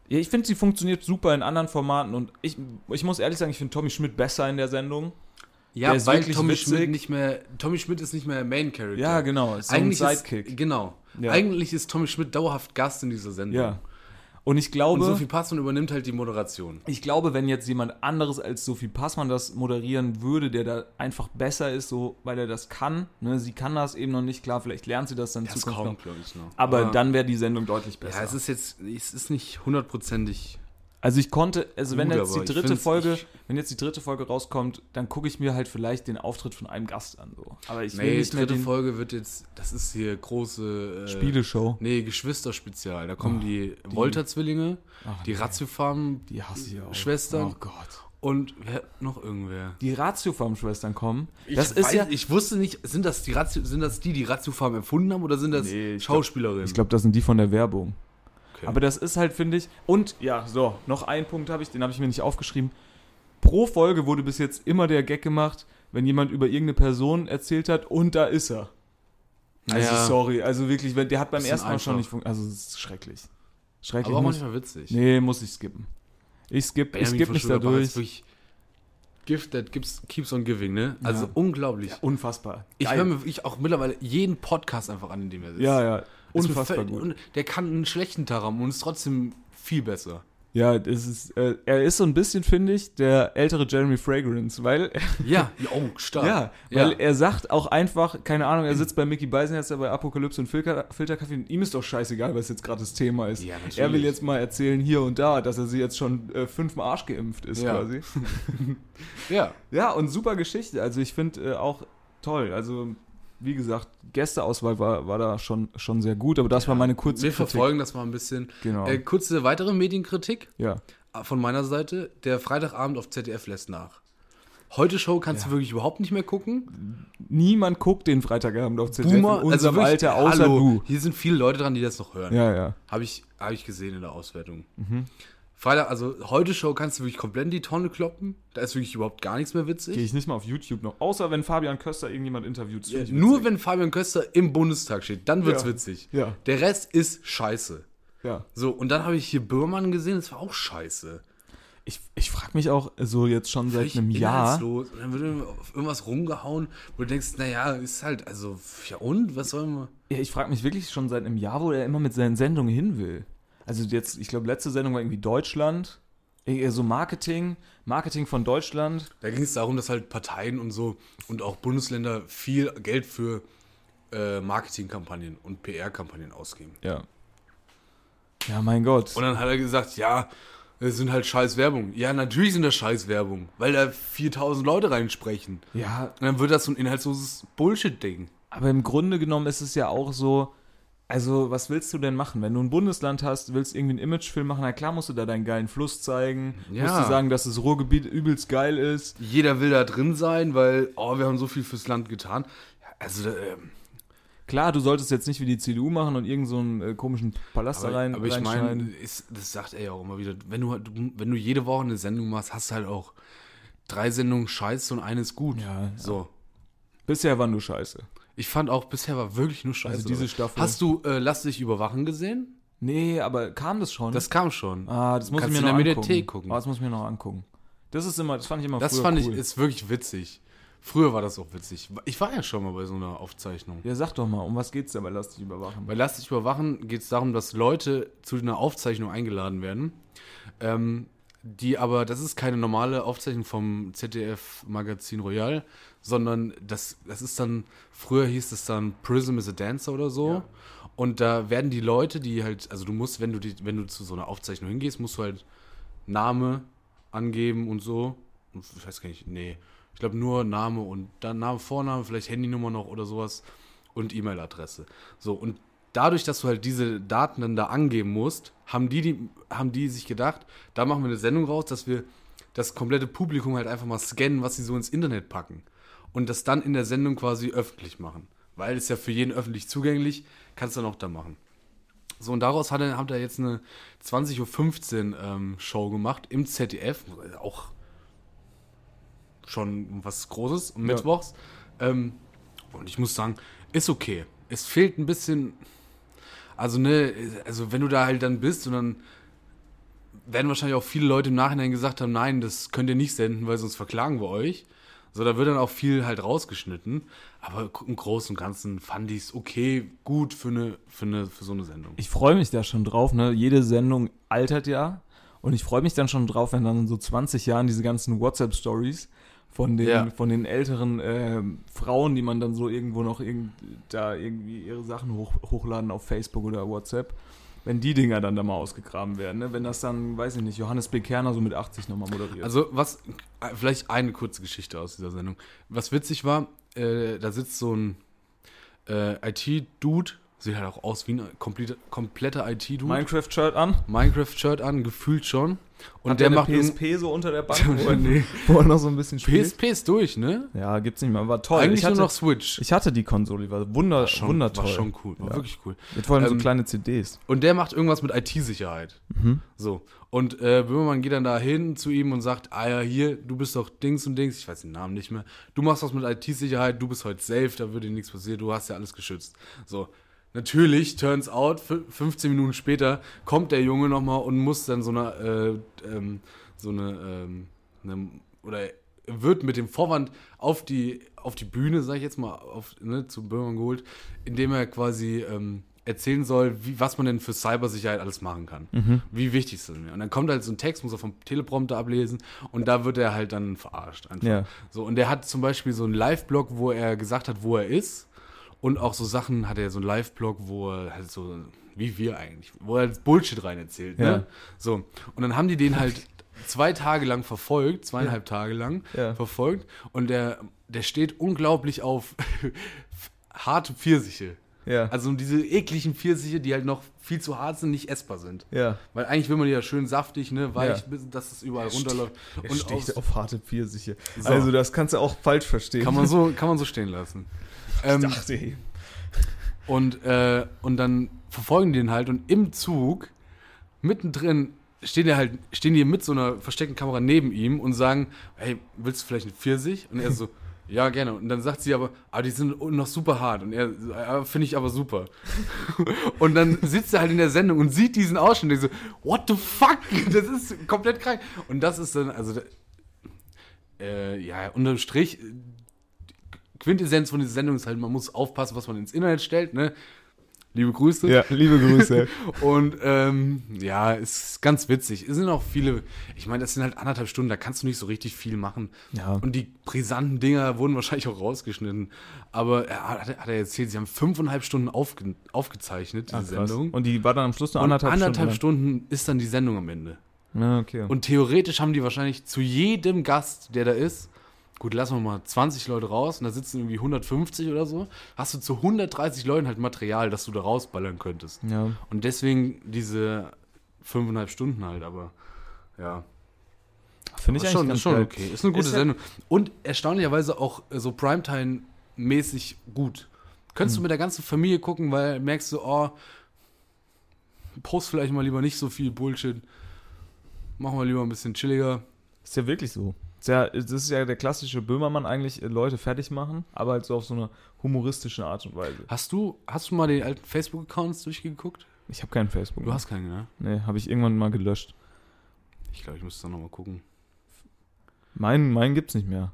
Speaker 4: Ja, ich finde, sie funktioniert super in anderen Formaten. Und ich, ich muss ehrlich sagen, ich finde Tommy Schmidt besser in der Sendung.
Speaker 3: Ja,
Speaker 4: Der ist
Speaker 3: weil
Speaker 4: wirklich
Speaker 3: Tommy
Speaker 4: witzig.
Speaker 3: Schmidt nicht mehr. Tommy Schmidt ist nicht mehr Main Character.
Speaker 4: Ja, genau. Ist so ein
Speaker 3: Eigentlich Ist,
Speaker 4: Sidekick.
Speaker 3: genau.
Speaker 4: Ja.
Speaker 3: Eigentlich ist Tommy Schmidt dauerhaft Gast in dieser Sendung.
Speaker 4: Ja. Und ich
Speaker 3: Und
Speaker 4: glaube.
Speaker 3: Sophie Passmann übernimmt halt die Moderation.
Speaker 4: ich glaube, wenn jetzt jemand anderes als Sophie Passmann das moderieren würde, der da einfach besser ist, so weil er das kann, ne, sie kann das eben noch nicht, klar, vielleicht lernt sie das dann
Speaker 3: Das
Speaker 4: zukünftig
Speaker 3: kommt,
Speaker 4: noch.
Speaker 3: glaube ich, noch.
Speaker 4: Aber dann wäre die Sendung deutlich besser.
Speaker 3: Ja, es ist jetzt. Es ist nicht hundertprozentig.
Speaker 4: also ich konnte, also wenn
Speaker 3: Gut,
Speaker 4: jetzt die
Speaker 3: aber ich
Speaker 4: dritte
Speaker 3: find's
Speaker 4: Folge,
Speaker 3: nicht-
Speaker 4: wenn jetzt die dritte Folge rauskommt, dann gucke ich mir halt vielleicht den Auftritt von einem Gast an. So. Aber ich will
Speaker 3: Nee, die
Speaker 4: nicht mehr
Speaker 3: dritte
Speaker 4: den
Speaker 3: Folge wird jetzt. Das ist hier große. Äh,
Speaker 4: Spieleshow.
Speaker 3: Nee, Geschwisterspezial. Da
Speaker 4: Ah,
Speaker 3: kommen die, Wolter-Zwillinge, die Ratiofarm-Schwestern
Speaker 4: Die hasse ich auch. Oh Gott.
Speaker 3: und wer, noch irgendwer.
Speaker 4: Die Ratiofarm-Schwestern kommen.
Speaker 3: Ich
Speaker 4: das ist
Speaker 3: weiß-
Speaker 4: ja.
Speaker 3: Ich wusste nicht, sind das die, Ratio, sind das die, die Ratiofarm erfunden haben oder sind das
Speaker 4: Nee, ich glaub-
Speaker 3: Schauspielerinnen?
Speaker 4: Ich glaube, das sind die von der Werbung.
Speaker 3: Okay.
Speaker 4: Aber das ist halt, finde ich. Und ja, so, noch einen Punkt habe ich, den habe ich mir nicht aufgeschrieben. Pro Folge wurde bis jetzt immer der Gag gemacht, wenn jemand über irgendeine Person erzählt hat und da ist er. Also
Speaker 3: Ja.
Speaker 4: sorry, also wirklich, wenn- der hat beim
Speaker 3: Bisschen
Speaker 4: ersten Mal schon
Speaker 3: einfach.
Speaker 4: nicht funktioniert. Also es ist schrecklich. Schrecklich.
Speaker 3: aber auch
Speaker 4: muss,
Speaker 3: manchmal witzig.
Speaker 4: nee, muss ich skippen. Ich skippe ich skipp
Speaker 3: von
Speaker 4: mich
Speaker 3: Schröder
Speaker 4: da
Speaker 3: war jetzt
Speaker 4: durch.
Speaker 3: wirklich Gift that keeps, keeps on giving, ne? Also
Speaker 4: Ja.
Speaker 3: unglaublich.
Speaker 4: Unfassbar.
Speaker 3: ich
Speaker 4: Geil.
Speaker 3: höre mir wirklich auch mittlerweile jeden Podcast einfach an, in dem er sitzt.
Speaker 4: ja, ja.
Speaker 3: Ist mir
Speaker 4: Unfassbar
Speaker 3: völlig-
Speaker 4: gut.
Speaker 3: Und der kann einen schlechten Tag haben und ist trotzdem viel besser.
Speaker 4: ja, das ist, äh, er ist so ein bisschen, finde ich, der ältere Jeremy Fragrance, weil
Speaker 3: Ja, ja oh, stark.
Speaker 4: Ja, weil er sagt auch einfach, keine Ahnung, er sitzt bei Mickey Beisenherzer bei Apokalypse und Filter, Filterkaffee und ihm ist doch scheißegal, was jetzt gerade das Thema ist.
Speaker 3: Ja, natürlich.
Speaker 4: er will jetzt mal erzählen hier und da, dass er sie jetzt schon äh, fünfmal Arsch geimpft ist
Speaker 3: Ja.
Speaker 4: quasi.
Speaker 3: ja.
Speaker 4: Ja, und super Geschichte. Also ich finde äh, auch toll. Also wie gesagt, Gästeauswahl war, war da schon, schon sehr gut, aber das war meine kurze
Speaker 3: Wir
Speaker 4: Kritik.
Speaker 3: verfolgen das mal ein bisschen.
Speaker 4: Genau.
Speaker 3: Äh, kurze weitere Medienkritik.
Speaker 4: Ja.
Speaker 3: von meiner Seite, der Freitagabend auf ZDF lässt nach. Heute Show kannst du wirklich überhaupt nicht mehr gucken.
Speaker 4: Niemand guckt den Freitagabend auf ZDF in unserem
Speaker 3: also wirklich,
Speaker 4: Alter, außer
Speaker 3: hallo, Hier sind viele Leute dran, die das noch hören.
Speaker 4: du. Ja, ja.
Speaker 3: Habe ich, hab ich gesehen in der Auswertung.
Speaker 4: Mhm.
Speaker 3: Freitag, also heute Show kannst du wirklich komplett in die Tonne kloppen. Da ist wirklich überhaupt gar nichts mehr witzig.
Speaker 4: Gehe ich nicht mal auf YouTube noch. Außer wenn Fabian Köster irgendjemand interviewt. das find ich
Speaker 3: Nur
Speaker 4: witzig.
Speaker 3: wenn Fabian Köster im Bundestag steht, dann wird's
Speaker 4: Ja.
Speaker 3: witzig.
Speaker 4: Ja.
Speaker 3: Der Rest ist scheiße.
Speaker 4: Ja.
Speaker 3: So, und dann habe ich hier Böhmermann gesehen, das war auch scheiße.
Speaker 4: Ich, ich frage mich auch so jetzt schon seit
Speaker 3: völlig
Speaker 4: einem Jahr.
Speaker 3: inhaltslos. Und dann wird irgendwie auf irgendwas rumgehauen, wo du denkst, naja, ist halt, also, ja und? Was soll man?
Speaker 4: Ja, ich frage mich wirklich schon seit einem Jahr, wo er immer mit seinen Sendungen hin will. Also jetzt, ich glaube, letzte Sendung war irgendwie Deutschland. Eher so Marketing, Marketing von Deutschland.
Speaker 3: Da ging es darum, dass halt Parteien und so und auch Bundesländer viel Geld für äh, Marketingkampagnen und PR-Kampagnen ausgeben.
Speaker 4: Ja. Ja, mein Gott.
Speaker 3: Und dann hat er gesagt, ja, Das sind halt scheiß Werbung. Ja, natürlich sind das scheiß Werbung, weil da 4000 Leute reinsprechen.
Speaker 4: Ja,
Speaker 3: Und dann wird das so ein inhaltsloses Bullshit-Ding.
Speaker 4: Aber im Grunde genommen ist es ja auch so, also was willst du denn machen? Wenn du ein Bundesland hast, willst irgendwie einen Imagefilm machen, na klar musst du da deinen geilen Fluss zeigen, musst
Speaker 3: Ja.
Speaker 4: du sagen, dass das Ruhrgebiet übelst geil ist.
Speaker 3: Jeder will da drin sein, weil, oh, wir haben so viel fürs Land getan. Ja, also, ähm,
Speaker 4: Klar, du solltest jetzt nicht wie die CDU machen und irgend so einen äh, komischen Palast da
Speaker 3: aber,
Speaker 4: rein
Speaker 3: aber ich meine,
Speaker 4: reinschneiden.
Speaker 3: ist- das sagt er ja auch immer wieder. Wenn du, wenn du jede Woche eine Sendung machst, hast du halt auch drei Sendungen scheiße und eine ist gut.
Speaker 4: Ja, ja.
Speaker 3: So.
Speaker 4: Bisher waren du scheiße.
Speaker 3: Ich fand auch, bisher war wirklich nur scheiße.
Speaker 4: Also diese
Speaker 3: dabei.
Speaker 4: Staffel-
Speaker 3: Hast du äh, Lass dich überwachen gesehen?
Speaker 4: Nee, aber kam das schon?
Speaker 3: Das kam schon.
Speaker 4: ah, das muss
Speaker 3: Kannst
Speaker 4: ich
Speaker 3: du
Speaker 4: mir noch
Speaker 3: in der
Speaker 4: angucken.
Speaker 3: Mediathek gucken.
Speaker 4: Ah, das muss ich mir noch angucken. Das ist immer, das fand ich immer
Speaker 3: das
Speaker 4: früher
Speaker 3: fand
Speaker 4: cool.
Speaker 3: ich, ist wirklich witzig. Früher war das auch witzig. Ich war ja schon mal bei so einer Aufzeichnung.
Speaker 4: ja, sag doch mal, um was geht's dabei? Lass dich überwachen.
Speaker 3: Bei Lass dich überwachen geht es darum, dass Leute zu einer Aufzeichnung eingeladen werden. Ähm, die aber, das ist keine normale Aufzeichnung vom ZDF-Magazin Royal, sondern das, das ist dann, früher hieß es dann Prism is a Dancer oder so. Und da werden die Leute, die halt, also du musst, wenn du, die, wenn du zu so einer Aufzeichnung hingehst, musst du halt Name angeben und so. Und Ich weiß gar nicht, nee. Ich glaube nur Name und dann Name, Vorname, vielleicht Handynummer noch oder sowas und E-Mail-Adresse. So, und dadurch, dass du halt diese Daten dann da angeben musst, haben die, die, haben die sich gedacht, da machen wir eine Sendung raus, dass wir das komplette Publikum halt einfach mal scannen, was sie so ins Internet packen. Und das dann in der Sendung quasi öffentlich machen. Weil es ja für jeden öffentlich zugänglich, kannst du dann auch da machen. So, und daraus hat er, hat er jetzt eine 20.15 Uhr ähm, Show gemacht im ZDF. also Auch schon was Großes, um
Speaker 4: Ja.
Speaker 3: mittwochs. Ähm, und ich muss sagen, ist okay. Es fehlt ein bisschen. Also, ne, also wenn du da halt dann bist und dann werden wahrscheinlich auch viele Leute im Nachhinein gesagt haben, nein, das könnt ihr nicht senden, weil sonst verklagen wir euch. So, da wird dann auch viel halt rausgeschnitten. Aber im Großen und Ganzen fand ich es okay, gut für, eine, für, eine, für so eine Sendung.
Speaker 4: ich freue mich da schon drauf, ne? Jede Sendung altert ja. Und ich freue mich dann schon drauf, wenn dann in so 20 Jahren diese ganzen WhatsApp-Stories von den,
Speaker 3: Ja.
Speaker 4: von den älteren ähm, Frauen, die man dann so irgendwo noch irgend, da irgendwie ihre Sachen hoch, hochladen auf Facebook oder WhatsApp, wenn die Dinger dann da mal ausgegraben werden, ne? Wenn das dann, weiß ich nicht, Johannes B. Kerner so mit 80 nochmal moderiert.
Speaker 3: Also, was, äh, vielleicht eine kurze Geschichte aus dieser Sendung. Was witzig war, äh, da sitzt so ein äh, IT-Dude, sieht halt auch aus wie ein komplette, kompletter IT-Dude.
Speaker 4: Minecraft-Shirt an,
Speaker 3: Minecraft-Shirt an, gefühlt schon. Und
Speaker 4: hat
Speaker 3: der
Speaker 4: eine
Speaker 3: macht PSP.
Speaker 4: PSP so unter der Bank, wo er, wo er noch so ein bisschen spielt.
Speaker 3: PSP ist durch, ne?
Speaker 4: Ja, gibt's nicht mehr, war toll.
Speaker 3: Eigentlich
Speaker 4: ich hatte,
Speaker 3: nur noch Switch.
Speaker 4: ich hatte die Konsole, die war wunder,
Speaker 3: Schon-
Speaker 4: wundertoll.
Speaker 3: War schon cool, war
Speaker 4: Ja.
Speaker 3: wirklich cool.
Speaker 4: Mit vor allem so
Speaker 3: Ähm,
Speaker 4: kleine CDs.
Speaker 3: Und der macht irgendwas mit IT-Sicherheit. So. Und äh, Böhmermann geht dann da hin zu ihm und sagt: Ah ja, hier, du bist doch Dings und Dings, ich weiß den Namen nicht mehr. Du machst was mit IT-Sicherheit, du bist heute safe, da würde dir nichts passieren, du hast ja alles geschützt. So. Natürlich, turns out, fü- 15 Minuten später kommt der Junge nochmal und muss dann so eine, äh, ähm, so eine, ähm, eine, oder wird mit dem Vorwand auf die, auf die Bühne, sag ich jetzt mal, auf, ne, zu Böhmermann geholt, indem er quasi ähm, erzählen soll, wie, was man denn für Cybersicherheit alles machen kann. Wie wichtig ist das denn? Und dann kommt halt so ein Text, muss er vom Teleprompter ablesen und da wird er halt dann verarscht. Einfach.
Speaker 4: Ja.
Speaker 3: So, und er hat zum Beispiel so einen Live-Blog, wo er gesagt hat, wo er ist. Und auch so Sachen hat er so einen Live-Blog, wo er halt so, wie wir eigentlich, wo er halt Bullshit rein erzählt.
Speaker 4: Ja.
Speaker 3: Ne? So. Und dann haben die den halt zwei Tage lang verfolgt, zweieinhalb Tage lang
Speaker 4: Ja.
Speaker 3: verfolgt. Und der, der steht unglaublich auf harte Pfirsiche.
Speaker 4: Ja.
Speaker 3: Also diese ekligen Pfirsiche, die halt noch viel zu hart sind, nicht essbar sind.
Speaker 4: ja.
Speaker 3: Weil eigentlich will man die ja schön saftig, ne, weich,
Speaker 4: Ja.
Speaker 3: bis- dass es überall runterläuft. Und aus,
Speaker 4: auf harte Pfirsiche. Also das kannst du auch falsch verstehen.
Speaker 3: kann, man so, kann man so stehen lassen. Ähm,
Speaker 4: Ach, nee.
Speaker 3: Und, äh, und dann verfolgen die den halt und im Zug, mittendrin, stehen die halt, stehen die mit so einer versteckten Kamera neben ihm und sagen, hey, willst du vielleicht einen Pfirsich? Und er so, ja, gerne. Und dann sagt sie aber, aber die sind noch super hart. Und er, so, "Ja, finde ich aber super. und dann sitzt er halt in der Sendung und sieht diesen Ausschnitt und denkt so, what the fuck? Das ist komplett krank. Und das ist dann, also, äh, ja, unterm Strich, äh, Quintessenz von dieser Sendung ist halt, man muss aufpassen, was man ins Internet stellt, ne? Liebe Grüße.
Speaker 4: Ja, liebe Grüße.
Speaker 3: Und ähm, ja, ist ganz witzig. Es sind auch viele, ich meine, das sind halt anderthalb Stunden, da kannst du nicht so richtig viel machen.
Speaker 4: Ja.
Speaker 3: Und die brisanten Dinger wurden wahrscheinlich auch rausgeschnitten. Aber er hat, hat er erzählt, sie haben fünfeinhalb Stunden aufge, aufgezeichnet, diese
Speaker 4: Ah, Krass.
Speaker 3: Sendung.
Speaker 4: Und die war dann am Schluss nur anderthalb,
Speaker 3: anderthalb
Speaker 4: Stunden.
Speaker 3: Stunden ist dann die Sendung am Ende.
Speaker 4: Na, okay.
Speaker 3: Und theoretisch haben die wahrscheinlich zu jedem Gast, der da ist, gut, lassen wir mal 20 Leute raus und da sitzen irgendwie 150 oder so, hast du zu 130 Leuten halt Material, das du da rausballern könntest.
Speaker 4: ja.
Speaker 3: Und deswegen diese fünfeinhalb Stunden halt, aber ja.
Speaker 4: Finde ich
Speaker 3: ist
Speaker 4: eigentlich
Speaker 3: schon,
Speaker 4: ganz
Speaker 3: ist schon
Speaker 4: geil.
Speaker 3: okay. Ist eine gute
Speaker 4: Ist ja-
Speaker 3: Sendung. Und erstaunlicherweise auch äh, so Primetime-mäßig gut.
Speaker 4: Hm.
Speaker 3: Könntest du mit der ganzen Familie gucken, weil merkst du, oh, post vielleicht mal lieber nicht so viel Bullshit. Machen wir lieber ein bisschen chilliger.
Speaker 4: Ist ja wirklich so. Ist ja, das ist ja der klassische Böhmermann eigentlich, äh, Leute fertig machen, aber halt so auf so eine humoristische Art und Weise.
Speaker 3: Hast du, hast du mal den alten Facebook-Accounts durchgeguckt?
Speaker 4: Ich habe keinen Facebook.
Speaker 3: Du hast keinen, ne?
Speaker 4: Nee, habe ich irgendwann mal gelöscht.
Speaker 3: Ich glaube, ich muss da nochmal gucken.
Speaker 4: Meinen, meinen gibt's nicht mehr.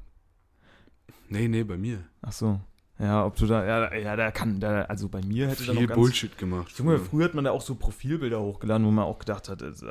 Speaker 3: Nee, nee, bei mir.
Speaker 4: Ach so. Ja, ob du da, ja, ja, da kann, da, also bei mir hätte da noch
Speaker 3: Viel
Speaker 4: ganz-
Speaker 3: Bullshit gemacht.
Speaker 4: Junge,
Speaker 3: früher.
Speaker 4: früher hat man da auch so Profilbilder hochgeladen, wo man auch gedacht hat, das, äh,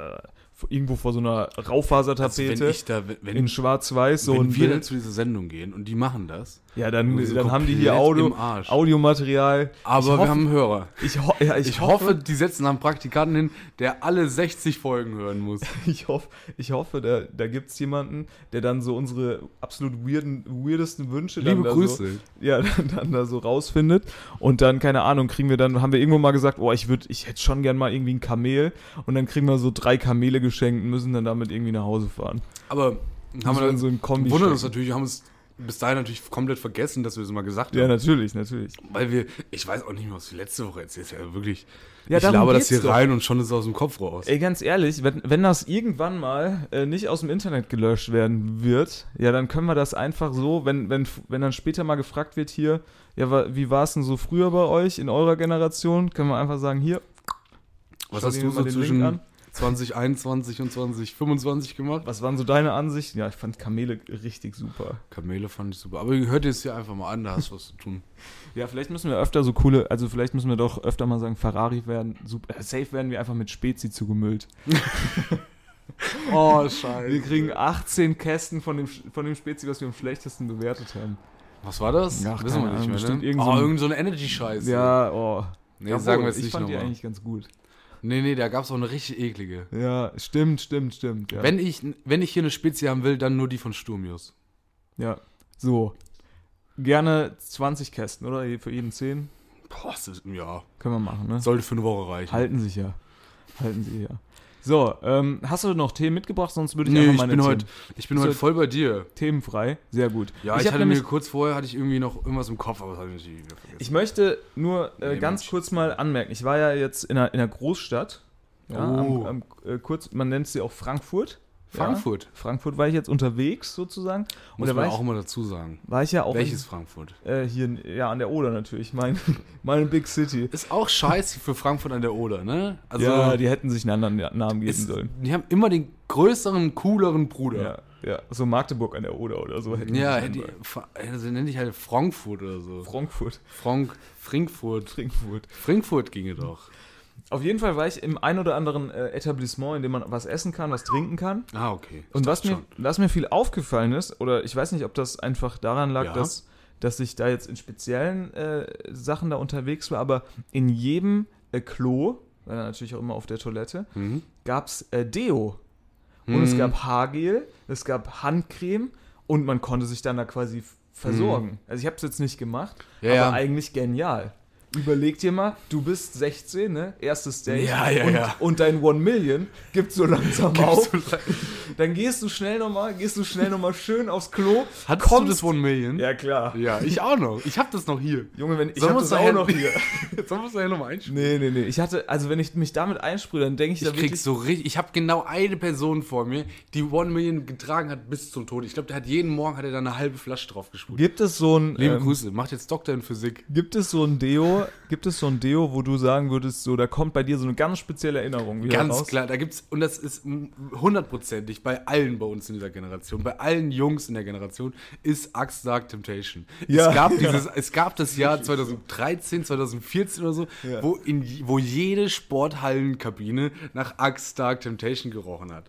Speaker 4: irgendwo vor so einer Raufasertapete
Speaker 3: Also wenn ich da, wenn, wenn
Speaker 4: in schwarz-weiß so ein
Speaker 3: wenn wir dann
Speaker 4: Bild.
Speaker 3: zu dieser Sendung gehen und die machen das,
Speaker 4: Ja, dann,
Speaker 3: Wir sind
Speaker 4: dann haben die hier
Speaker 3: komplett
Speaker 4: Audio,
Speaker 3: im Arsch.
Speaker 4: Audiomaterial.
Speaker 3: aber
Speaker 4: ich hoffe,
Speaker 3: wir haben einen Hörer.
Speaker 4: Ich, ho ja, ich,
Speaker 3: Ich, hoffe, die setzen einen Praktikanten hin, der alle 60 Folgen hören muss.
Speaker 4: Ich hoffe, ich hoffe da, da gibt es jemanden, der dann so unsere absolut weirden, weirdesten Wünsche
Speaker 3: Liebe
Speaker 4: dann da So,
Speaker 3: Grüße.
Speaker 4: ja, dann, dann da so rausfindet. Und dann, keine Ahnung, kriegen wir dann, haben wir irgendwo mal gesagt, oh, ich würde, ich hätte schon gern mal irgendwie ein Kamel. Und dann kriegen wir so drei Kamele geschenkt und müssen dann damit irgendwie nach Hause fahren.
Speaker 3: Aber haben
Speaker 4: Müssen
Speaker 3: wir
Speaker 4: in so einem Kombi
Speaker 3: wundern uns
Speaker 4: stecken.
Speaker 3: natürlich, haben uns bis dahin natürlich komplett vergessen, dass wir es mal gesagt
Speaker 4: Ja,
Speaker 3: haben.
Speaker 4: natürlich, natürlich.
Speaker 3: Weil wir, ich weiß auch nicht mehr, was wir letzte Woche erzählt haben. Wirklich,
Speaker 4: Ja,
Speaker 3: ich
Speaker 4: darum
Speaker 3: laber das
Speaker 4: geht's
Speaker 3: hier
Speaker 4: doch.
Speaker 3: rein und schon ist es aus dem Kopf raus.
Speaker 4: Ey, ganz ehrlich, wenn, wenn das irgendwann mal äh, nicht aus dem Internet gelöscht werden wird, ja, dann können wir das einfach so, wenn, wenn, wenn dann später mal gefragt wird hier, ja, wa- wie war es denn so früher bei euch in eurer Generation, können wir einfach sagen, hier,
Speaker 3: was
Speaker 4: schau
Speaker 3: hast
Speaker 4: dir
Speaker 3: du
Speaker 4: mal
Speaker 3: so
Speaker 4: den Link
Speaker 3: zwischen
Speaker 4: an.
Speaker 3: 2021 und 2025 gemacht?
Speaker 4: was waren so deine Ansichten? Ja, ich fand Kamele richtig super.
Speaker 3: Kamele fand ich super. Aber ihr hört es hier einfach mal an, da hast du was zu tun.
Speaker 4: Ja, vielleicht müssen wir öfter so coole, also vielleicht müssen wir doch öfter mal sagen, Ferrari werden, super, äh, safe werden wir einfach mit Spezi zugemüllt.
Speaker 3: Oh, scheiße.
Speaker 4: Wir kriegen 18 Kästen von dem, Sch- von dem Spezi, was wir am schlechtesten bewertet haben.
Speaker 3: Was war das?
Speaker 4: Ja,
Speaker 3: Wissen wir
Speaker 4: keine
Speaker 3: nicht mehr,
Speaker 4: Ahnung, bestimmt
Speaker 3: ne?
Speaker 4: irgend so
Speaker 3: oh,
Speaker 4: ein-
Speaker 3: irgend so ein Energy-Scheiße.
Speaker 4: Ja, oh.
Speaker 3: Nee,
Speaker 4: Jawohl,
Speaker 3: sagen wir jetzt
Speaker 4: ich
Speaker 3: nicht
Speaker 4: fand die
Speaker 3: nochmal.
Speaker 4: eigentlich ganz gut.
Speaker 3: Nee, nee, da gab es auch eine richtig eklige.
Speaker 4: Ja, stimmt, stimmt, stimmt. Ja.
Speaker 3: Wenn, ich, wenn ich hier eine Spezie haben will, dann nur die von Sturmius.
Speaker 4: ja. So. Gerne 20 Kästen, oder? Je- Für jeden 10.
Speaker 3: Boah, das ist, ja.
Speaker 4: Können wir machen, ne?
Speaker 3: Sollte für eine Woche reichen.
Speaker 4: Halten sich ja. Halten sie ja. So, ähm, hast du noch Themen mitgebracht? Sonst würde ich
Speaker 3: nee,
Speaker 4: einfach
Speaker 3: ich
Speaker 4: meine
Speaker 3: bin,
Speaker 4: Themen.
Speaker 3: heute, ich bin heute
Speaker 4: Soll-
Speaker 3: voll bei dir.
Speaker 4: themenfrei. Sehr gut.
Speaker 3: Ja, ich,
Speaker 4: hab
Speaker 3: hatte
Speaker 4: nämlich-
Speaker 3: mir kurz vorher, hatte ich irgendwie noch irgendwas im Kopf, aber das habe ich natürlich wieder vergessen.
Speaker 4: Ich möchte nur äh,
Speaker 3: Nee,
Speaker 4: ganz
Speaker 3: Mensch.
Speaker 4: kurz mal anmerken, ich war ja jetzt in einer, in einer Großstadt. Ja,
Speaker 3: Oh.
Speaker 4: am, am, äh, kurz, man nennt sie auch Frankfurt.
Speaker 3: Frankfurt.
Speaker 4: Ja, Frankfurt war ich jetzt unterwegs sozusagen. Und
Speaker 3: Muss
Speaker 4: da
Speaker 3: man
Speaker 4: war ich,
Speaker 3: auch mal dazu sagen.
Speaker 4: war ich ja auch
Speaker 3: Welches Frankfurt?
Speaker 4: Äh, hier, ja, an der Oder natürlich, mein, meine Big City.
Speaker 3: Ist auch scheiße für Frankfurt an der Oder, ne? Also,
Speaker 4: ja, die hätten sich einen anderen Namen geben
Speaker 3: ist,
Speaker 4: sollen.
Speaker 3: die haben immer den größeren, cooleren Bruder.
Speaker 4: Ja, ja, so Magdeburg an der Oder oder so hätten
Speaker 3: Ja,
Speaker 4: sie
Speaker 3: hätte
Speaker 4: sich
Speaker 3: ich,
Speaker 4: nennen
Speaker 3: Fra- also nenne ich halt Frankfurt oder so.
Speaker 4: sollen. Frankfurt,
Speaker 3: Frank, Frankfurt.
Speaker 4: Frankfurt.
Speaker 3: Frankfurt ginge doch.
Speaker 4: Auf jeden Fall war ich im ein oder anderen äh, Etablissement, in dem man was essen kann, was trinken kann.
Speaker 3: Ah, okay.
Speaker 4: Und was mir,
Speaker 3: schon.
Speaker 4: was mir viel aufgefallen ist, oder ich weiß nicht, ob das einfach daran lag,
Speaker 3: Ja.
Speaker 4: dass, dass ich da jetzt in speziellen äh, Sachen da unterwegs war, aber in jedem äh, Klo, weil er natürlich auch immer auf der Toilette,
Speaker 3: Mhm.
Speaker 4: gab es äh, Deo. Und es gab Haargel, es gab Handcreme und man konnte sich dann da quasi f- versorgen. Also ich habe es jetzt nicht gemacht,
Speaker 3: Mhm. Ja,
Speaker 4: aber
Speaker 3: ja.
Speaker 4: eigentlich genial. Überleg dir mal, du bist 16, ne? Erstes Date.
Speaker 3: Ja, ja,
Speaker 4: und,
Speaker 3: ja.
Speaker 4: und dein One Million gibt so langsam auf.
Speaker 3: Gibst du-
Speaker 4: Dann gehst du schnell nochmal, gehst du schnell nochmal schön aufs Klo.
Speaker 3: Hattest
Speaker 4: kommst-
Speaker 3: du das One Million?
Speaker 4: Ja, klar.
Speaker 3: Ja, ich auch noch. Ich hab das noch hier.
Speaker 4: Junge, wenn ich
Speaker 3: Sollen
Speaker 4: hab
Speaker 3: wir uns
Speaker 4: das
Speaker 3: nachher-
Speaker 4: auch noch hier.
Speaker 3: Jetzt haben wir es ja nochmal einspielen.
Speaker 4: Nee, nee, nee. Ich hatte, also wenn ich mich damit einsprühe, dann denke ich, da
Speaker 3: Ich krieg so richtig. Ich habe genau eine Person vor mir, die One Million getragen hat bis zum Tod. Ich glaube, der hat jeden Morgen hat er da eine halbe Flasche drauf gespult.
Speaker 4: Gibt es so ein.
Speaker 3: Liebe
Speaker 4: ähm,
Speaker 3: Grüße, macht jetzt Doktor in Physik.
Speaker 4: Gibt es so ein Deo, gibt es so ein Deo, wo du sagen würdest, so da kommt bei dir so eine ganz spezielle Erinnerung wieder
Speaker 3: Ganz
Speaker 4: raus?
Speaker 3: klar, da gibt's, und das ist m- hundertprozentig bei allen bei uns in dieser Generation, bei allen Jungs in der Generation, ist Axe Dark Temptation.
Speaker 4: Ja,
Speaker 3: es, gab
Speaker 4: ja.
Speaker 3: dieses, es gab das Jahr 2013, 2014 oder so, wo, in, je- wo jede Sporthallenkabine nach Axe Dark Temptation gerochen hat.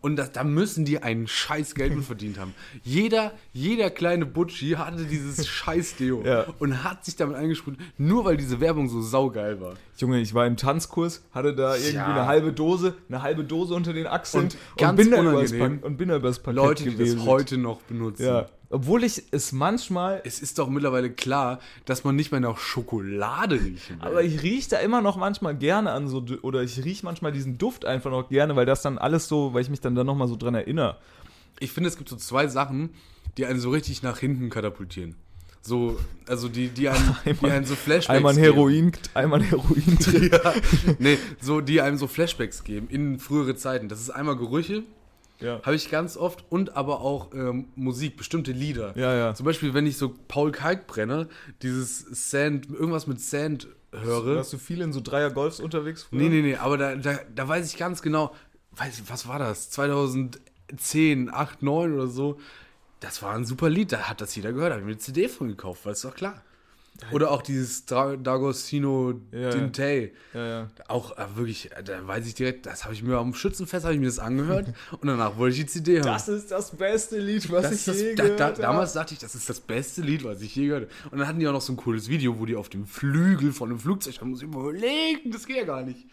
Speaker 3: Und das, da müssen die einen scheiß Geld mit verdient haben. Jeder, jeder kleine Butschi hatte dieses scheiß Deo
Speaker 4: Ja.
Speaker 3: und hat sich damit eingesprüht, nur weil diese Werbung so saugeil war.
Speaker 4: Junge, ich war im Tanzkurs, hatte da irgendwie
Speaker 3: Tja.
Speaker 4: eine halbe Dose, eine halbe Dose unter den Achseln
Speaker 3: Und ganz
Speaker 4: bin da übers
Speaker 3: unangenehm,
Speaker 4: Pack- und bin da übers Paket
Speaker 3: Leute, die
Speaker 4: gewesen.
Speaker 3: das heute noch benutzen.
Speaker 4: Ja. Obwohl ich es manchmal
Speaker 3: Es ist doch mittlerweile klar, dass man nicht mehr nach Schokolade riechen will.
Speaker 4: Aber ich rieche da immer noch manchmal gerne an so d- oder ich rieche manchmal diesen Duft einfach noch gerne, weil das dann alles so, weil ich mich dann da noch mal so dran erinnere.
Speaker 3: ich finde, es gibt so zwei Sachen, die einen so richtig nach hinten katapultieren. So, also die, die einen, die einen so Flashbacks
Speaker 4: Einmal ein Heroin, einmal ein Heroin
Speaker 3: geben.
Speaker 4: drin.
Speaker 3: Ja. Nee, so, die einem so Flashbacks geben in frühere Zeiten. Das ist einmal Gerüche,
Speaker 4: Ja.
Speaker 3: habe ich ganz oft, und aber auch ähm, Musik, bestimmte Lieder.
Speaker 4: Ja, ja.
Speaker 3: Zum Beispiel, wenn ich so Paul Kalkbrenner, dieses Sand, irgendwas mit Sand höre.
Speaker 4: Warst du viel in so Dreier Golfs unterwegs früher?
Speaker 3: Nee, nee, nee, aber da, da, da weiß ich ganz genau, weiß, ich, was war das? 2010, 8, 9 oder so. Das war ein super Lied, da hat das jeder gehört, da habe ich mir eine CD von gekauft, weil es doch klar. Oder auch dieses Dra D'Agostino
Speaker 4: Ja,
Speaker 3: Dintei.
Speaker 4: Ja, ja.
Speaker 3: Auch äh, wirklich, äh, da weiß ich direkt, das habe ich mir am Schützenfest, habe ich mir das angehört und danach wollte ich die CD hören.
Speaker 4: Das ist das beste Lied, was
Speaker 3: Das
Speaker 4: ich
Speaker 3: ist das,
Speaker 4: je
Speaker 3: da,
Speaker 4: gehört
Speaker 3: da,
Speaker 4: habe.
Speaker 3: damals dachte ich, das ist das beste Lied, was ich je gehört habe. Und dann hatten die auch noch so ein cooles Video, wo die auf dem Flügel von einem Flugzeug, da muss ich überlegen, das geht ja gar nicht.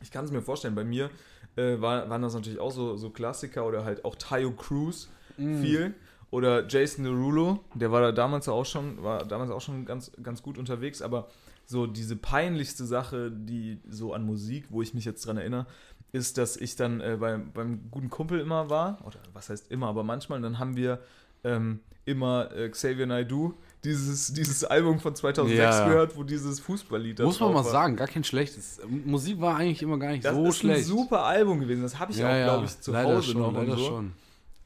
Speaker 4: Ich kann es mir vorstellen, bei mir äh, war, waren das natürlich auch so, so Klassiker oder halt auch Tayo Cruz
Speaker 3: Mm.
Speaker 4: viel. Oder Jason Derulo, der war da damals auch schon, war damals auch schon ganz, ganz gut unterwegs, aber so diese peinlichste Sache, die so an Musik, wo ich mich jetzt dran erinnere, ist, dass ich dann äh, beim, beim guten Kumpel immer war, oder was heißt immer, aber manchmal, und dann haben wir ähm, immer äh, Xavier Naidoo dieses, dieses Album von 2006
Speaker 3: Ja.
Speaker 4: gehört, wo dieses Fußballlied da
Speaker 3: Muss man
Speaker 4: drauf
Speaker 3: mal
Speaker 4: war.
Speaker 3: sagen, gar kein schlechtes. Musik war eigentlich immer gar nicht
Speaker 4: Das
Speaker 3: so
Speaker 4: ist
Speaker 3: schlecht.
Speaker 4: ein super Album gewesen. Das habe ich auch, glaube ich, zu
Speaker 3: leider
Speaker 4: Hause
Speaker 3: schon,
Speaker 4: noch
Speaker 3: leider
Speaker 4: und so.
Speaker 3: schon.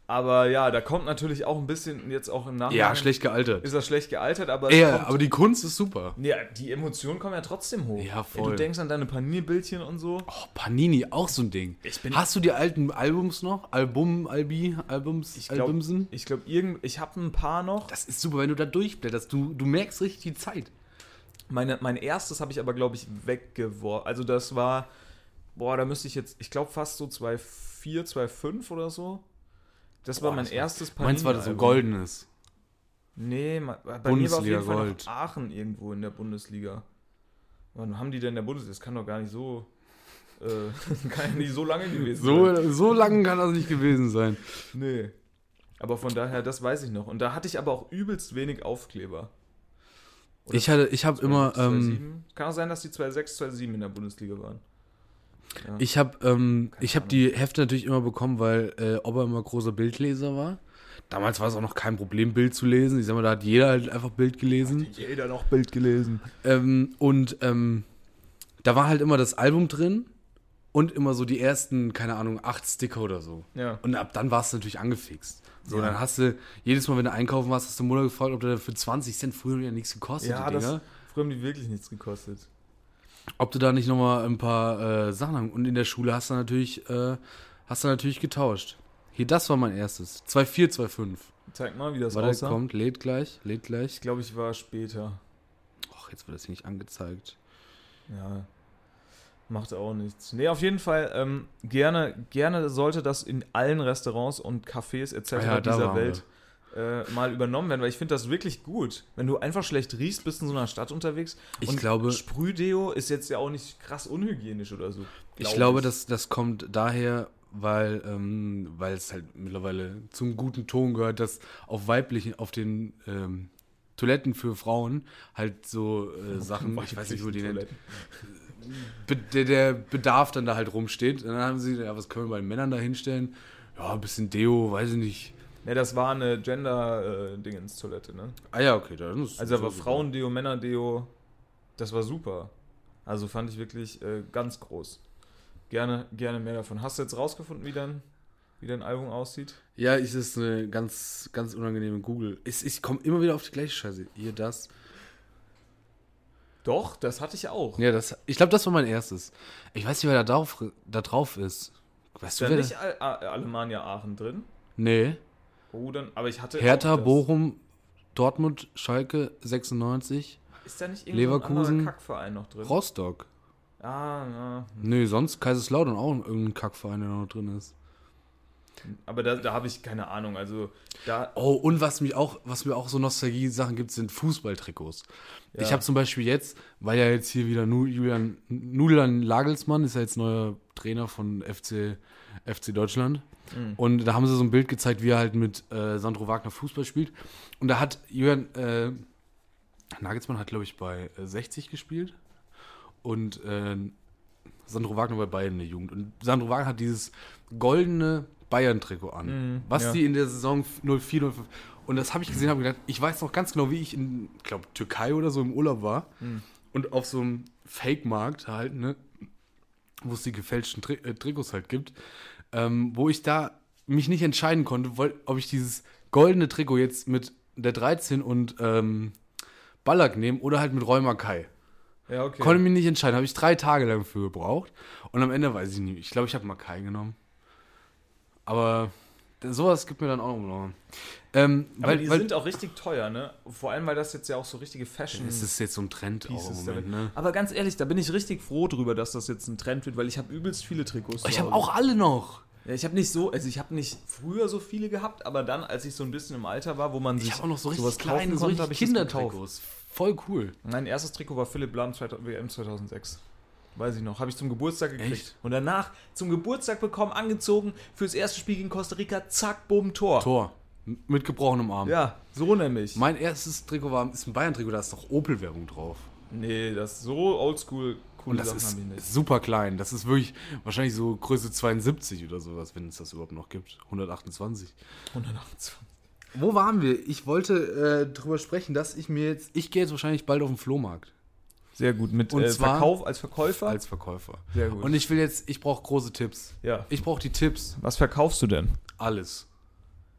Speaker 4: Aber ja, da kommt natürlich auch ein bisschen jetzt auch im Nachhinein.
Speaker 3: Ja, schlecht gealtert.
Speaker 4: Ist das schlecht gealtert, aber, es
Speaker 3: Ja,
Speaker 4: kommt,
Speaker 3: aber die Kunst ist super.
Speaker 4: ja, die Emotionen kommen ja trotzdem hoch.
Speaker 3: Ja, voll.
Speaker 4: Du denkst an deine Panierbildchen und so.
Speaker 3: Oh, Panini, auch so ein Ding.
Speaker 4: Ich bin-
Speaker 3: Hast du die alten Albums noch? Album, Albi, Albums,
Speaker 4: Ich glaube,
Speaker 3: Albumsen?
Speaker 4: ich, glaub, irgend- ich habe ein paar noch.
Speaker 3: Das ist super, wenn du da durchblätterst. Du, du merkst richtig die Zeit.
Speaker 4: Meine, mein erstes habe ich aber, glaube ich, weggeworfen. Also das war, boah, da müsste ich jetzt, ich glaube fast so 2,4, 2,5 oder so. Das war
Speaker 3: Boah,
Speaker 4: mein
Speaker 3: das war-
Speaker 4: erstes
Speaker 3: Meins war das so
Speaker 4: Panini-Album.
Speaker 3: goldenes.
Speaker 4: Nee, ma- bei mir war auf
Speaker 3: Bundesliga
Speaker 4: jeden Fall
Speaker 3: Gold.
Speaker 4: noch Aachen irgendwo in der Bundesliga. Wann haben die denn in der Bundesliga? Das kann doch gar nicht so, äh, kann ja nicht so lange gewesen sein.
Speaker 3: So, so lang kann das nicht gewesen sein.
Speaker 4: Nee. Aber von daher, das weiß ich noch. Und da hatte ich aber auch übelst wenig Aufkleber. Oder
Speaker 3: Ich hatte, ich habe immer,
Speaker 4: 2,7?
Speaker 3: ähm,
Speaker 4: kann auch sein, dass die 2,6, 2,7 in der Bundesliga waren.
Speaker 3: ich habe, ähm,
Speaker 4: Keine
Speaker 3: ich habe
Speaker 4: Ahnung.
Speaker 3: die Hefte natürlich immer bekommen, weil äh, Ober immer großer Bildleser war. Damals war es auch noch kein Problem, Bild zu lesen. Ich sag mal, da hat jeder halt einfach Bild gelesen.
Speaker 4: Jeder noch Bild gelesen.
Speaker 3: Ähm, und ähm, da war halt immer das Album drin und immer so die ersten, keine Ahnung, acht Sticker oder so.
Speaker 4: Ja.
Speaker 3: Und ab dann war es natürlich angefixt. So, dann hast du, jedes Mal, wenn du einkaufen warst, hast du Mutter gefragt, ob du für 20 Cent früher ja nichts gekostet
Speaker 4: Ja,
Speaker 3: die
Speaker 4: das,
Speaker 3: Dinger.
Speaker 4: früher haben die wirklich nichts gekostet.
Speaker 3: Ob du da nicht nochmal ein paar äh, Sachen haben. Und in der Schule hast du natürlich, äh, hast du natürlich getauscht. Hier, das war mein erstes. 2,4, 2,5.
Speaker 4: Zeig mal, wie das
Speaker 3: Warte,
Speaker 4: aussah.
Speaker 3: kommt, lädt gleich, lädt gleich.
Speaker 4: Ich glaube, ich war später.
Speaker 3: Och, jetzt wird das hier nicht angezeigt.
Speaker 4: Ja. Macht auch nichts. Nee, auf jeden Fall, ähm, gerne, gerne sollte das in allen Restaurants und Cafés etc.
Speaker 3: Ah ja, da
Speaker 4: dieser
Speaker 3: waren wir.
Speaker 4: Welt äh, mal übernommen werden, weil ich finde das wirklich gut. Wenn du einfach schlecht riechst, bist in so einer Stadt unterwegs.
Speaker 3: Ich glaube-
Speaker 4: Sprühdeo ist jetzt ja auch nicht krass unhygienisch oder so.
Speaker 3: ich glaube, das, das kommt daher, weil, ähm, weil es halt mittlerweile zum guten Ton gehört, dass auf weiblichen, auf den ähm, Toiletten für Frauen halt so äh, Sachen, ich weiß nicht, wie man die nennt, be der, der Bedarf dann da halt rumsteht. Und dann haben sie, ja, was können wir bei den Männern da hinstellen? Ja, ein bisschen Deo, weiß ich nicht.
Speaker 4: Ne, das war eine Gender-Dingens-Toilette, ne?
Speaker 3: Ah ja, okay, dann ist
Speaker 4: Also,
Speaker 3: ist
Speaker 4: aber
Speaker 3: super.
Speaker 4: Frauendeo, Männerdeo, das war super. Also fand ich wirklich äh, ganz groß. Gerne, gerne mehr davon. Hast du jetzt rausgefunden, wie dein, wie dein Album aussieht?
Speaker 3: Ja, es ist eine ganz, ganz unangenehme Google. Ich, ich komme immer wieder auf die gleiche Scheiße. Hier das.
Speaker 4: Doch, das hatte ich auch.
Speaker 3: Ja, das, ich glaube, das war mein erstes. Ich weiß nicht, wer da drauf, da drauf ist. Weißt
Speaker 4: Ist
Speaker 3: du,
Speaker 4: da
Speaker 3: wer
Speaker 4: nicht
Speaker 3: da?
Speaker 4: Al A- Alemannia Aachen drin?
Speaker 3: Nee.
Speaker 4: Oh, dann, aber ich hatte.
Speaker 3: Hertha,
Speaker 4: auch das.
Speaker 3: Bochum, Dortmund, Schalke, 96,
Speaker 4: Ist da nicht irgendein
Speaker 3: Leverkusen.
Speaker 4: anderer Kackverein noch drin?
Speaker 3: Rostock.
Speaker 4: ah, ja.
Speaker 3: Nee, sonst Kaiserslautern auch irgendein Kackverein, der da noch drin ist.
Speaker 4: Aber da, da habe ich keine Ahnung. Also da.
Speaker 3: Oh, und was mich auch, was mir auch so Nostalgie-Sachen gibt, sind Fußballtrikots. Ich habe zum Beispiel jetzt, weil ja jetzt hier wieder Nu- Julian, Julian Lagelsmann ist ja jetzt neuer Trainer von FC, FC Deutschland. Und da haben sie so ein Bild gezeigt, wie er halt mit äh, Sandro Wagner Fußball spielt. Und da hat Julian äh, Nagelsmann hat, glaube ich, bei äh, 60 gespielt. Und äh, Sandro Wagner bei Bayern in der Jugend. Und Sandro Wagner hat dieses goldene Bayern-Trikot an, was
Speaker 4: ja.
Speaker 3: die in der Saison 04, 05. Und das habe ich gesehen, habe gedacht, ich weiß noch ganz genau, wie ich in, glaube Türkei oder so im Urlaub war und auf so einem Fake-Markt halt, ne, wo es die gefälschten Tri äh, Trikots halt gibt, ähm, wo ich da mich nicht entscheiden konnte, woll- ob ich dieses goldene Trikot jetzt mit der 13 und ähm, Ballack nehme oder halt mit Rheuma Kai.
Speaker 4: Ja, okay.
Speaker 3: Konnte mich nicht entscheiden. Habe ich drei Tage lang für gebraucht. Und am Ende weiß ich nicht. Ich glaube, ich habe mal keinen genommen. Aber sowas gibt mir dann auch noch. Ähm,
Speaker 4: Aber
Speaker 3: weil,
Speaker 4: die
Speaker 3: weil
Speaker 4: sind auch richtig teuer, ne? Vor allem, weil das jetzt ja auch so richtige Fashion
Speaker 3: es ist jetzt so ein Trend auch im
Speaker 4: Pieces
Speaker 3: Moment,
Speaker 4: der Welt.
Speaker 3: ne?
Speaker 4: Aber ganz ehrlich, da bin ich richtig froh drüber, dass das jetzt ein Trend wird, weil ich habe übelst viele Trikots.
Speaker 3: Ich
Speaker 4: zu
Speaker 3: habe
Speaker 4: Hause.
Speaker 3: auch alle noch.
Speaker 4: Ja, ich habe nicht so, also ich habe nicht früher so viele gehabt, aber dann, als ich so ein bisschen im Alter war, wo man sich
Speaker 3: Ich habe auch noch so richtig
Speaker 4: sowas kaufen
Speaker 3: kleine, so
Speaker 4: konnte, hab
Speaker 3: richtig
Speaker 4: ich das gekauft.
Speaker 3: Kindertrikots. Voll cool.
Speaker 4: Mein erstes Trikot war Philipp Lahm 2000 WM 2006. Weiß ich noch, habe ich zum Geburtstag gekriegt.
Speaker 3: Echt?
Speaker 4: Und danach zum Geburtstag bekommen, angezogen, fürs erste Spiel gegen Costa Rica, zack, bumm, Tor.
Speaker 3: Tor. M- Mit gebrochenem Arm.
Speaker 4: Ja, so nämlich.
Speaker 3: Mein erstes Trikot war, ist ein Bayern-Trikot, da ist noch Opel-Werbung drauf.
Speaker 4: nee, das ist so oldschool
Speaker 3: Und
Speaker 4: coole
Speaker 3: das
Speaker 4: Sachen
Speaker 3: ist
Speaker 4: haben die nicht.
Speaker 3: super klein. Das ist wirklich wahrscheinlich so Größe 72 oder sowas, wenn es das überhaupt noch gibt. 128.
Speaker 4: 128.
Speaker 3: Wo waren wir? Ich wollte äh, drüber sprechen, dass ich mir jetzt. Ich gehe jetzt wahrscheinlich bald auf den Flohmarkt
Speaker 4: Sehr gut, mit
Speaker 3: Und
Speaker 4: äh,
Speaker 3: zwar-
Speaker 4: Verkauf als Verkäufer.
Speaker 3: als Verkäufer.
Speaker 4: Sehr gut.
Speaker 3: Und ich will jetzt. Ich brauche große Tipps.
Speaker 4: ja.
Speaker 3: Ich brauche die Tipps.
Speaker 4: Was verkaufst du denn?
Speaker 3: Alles: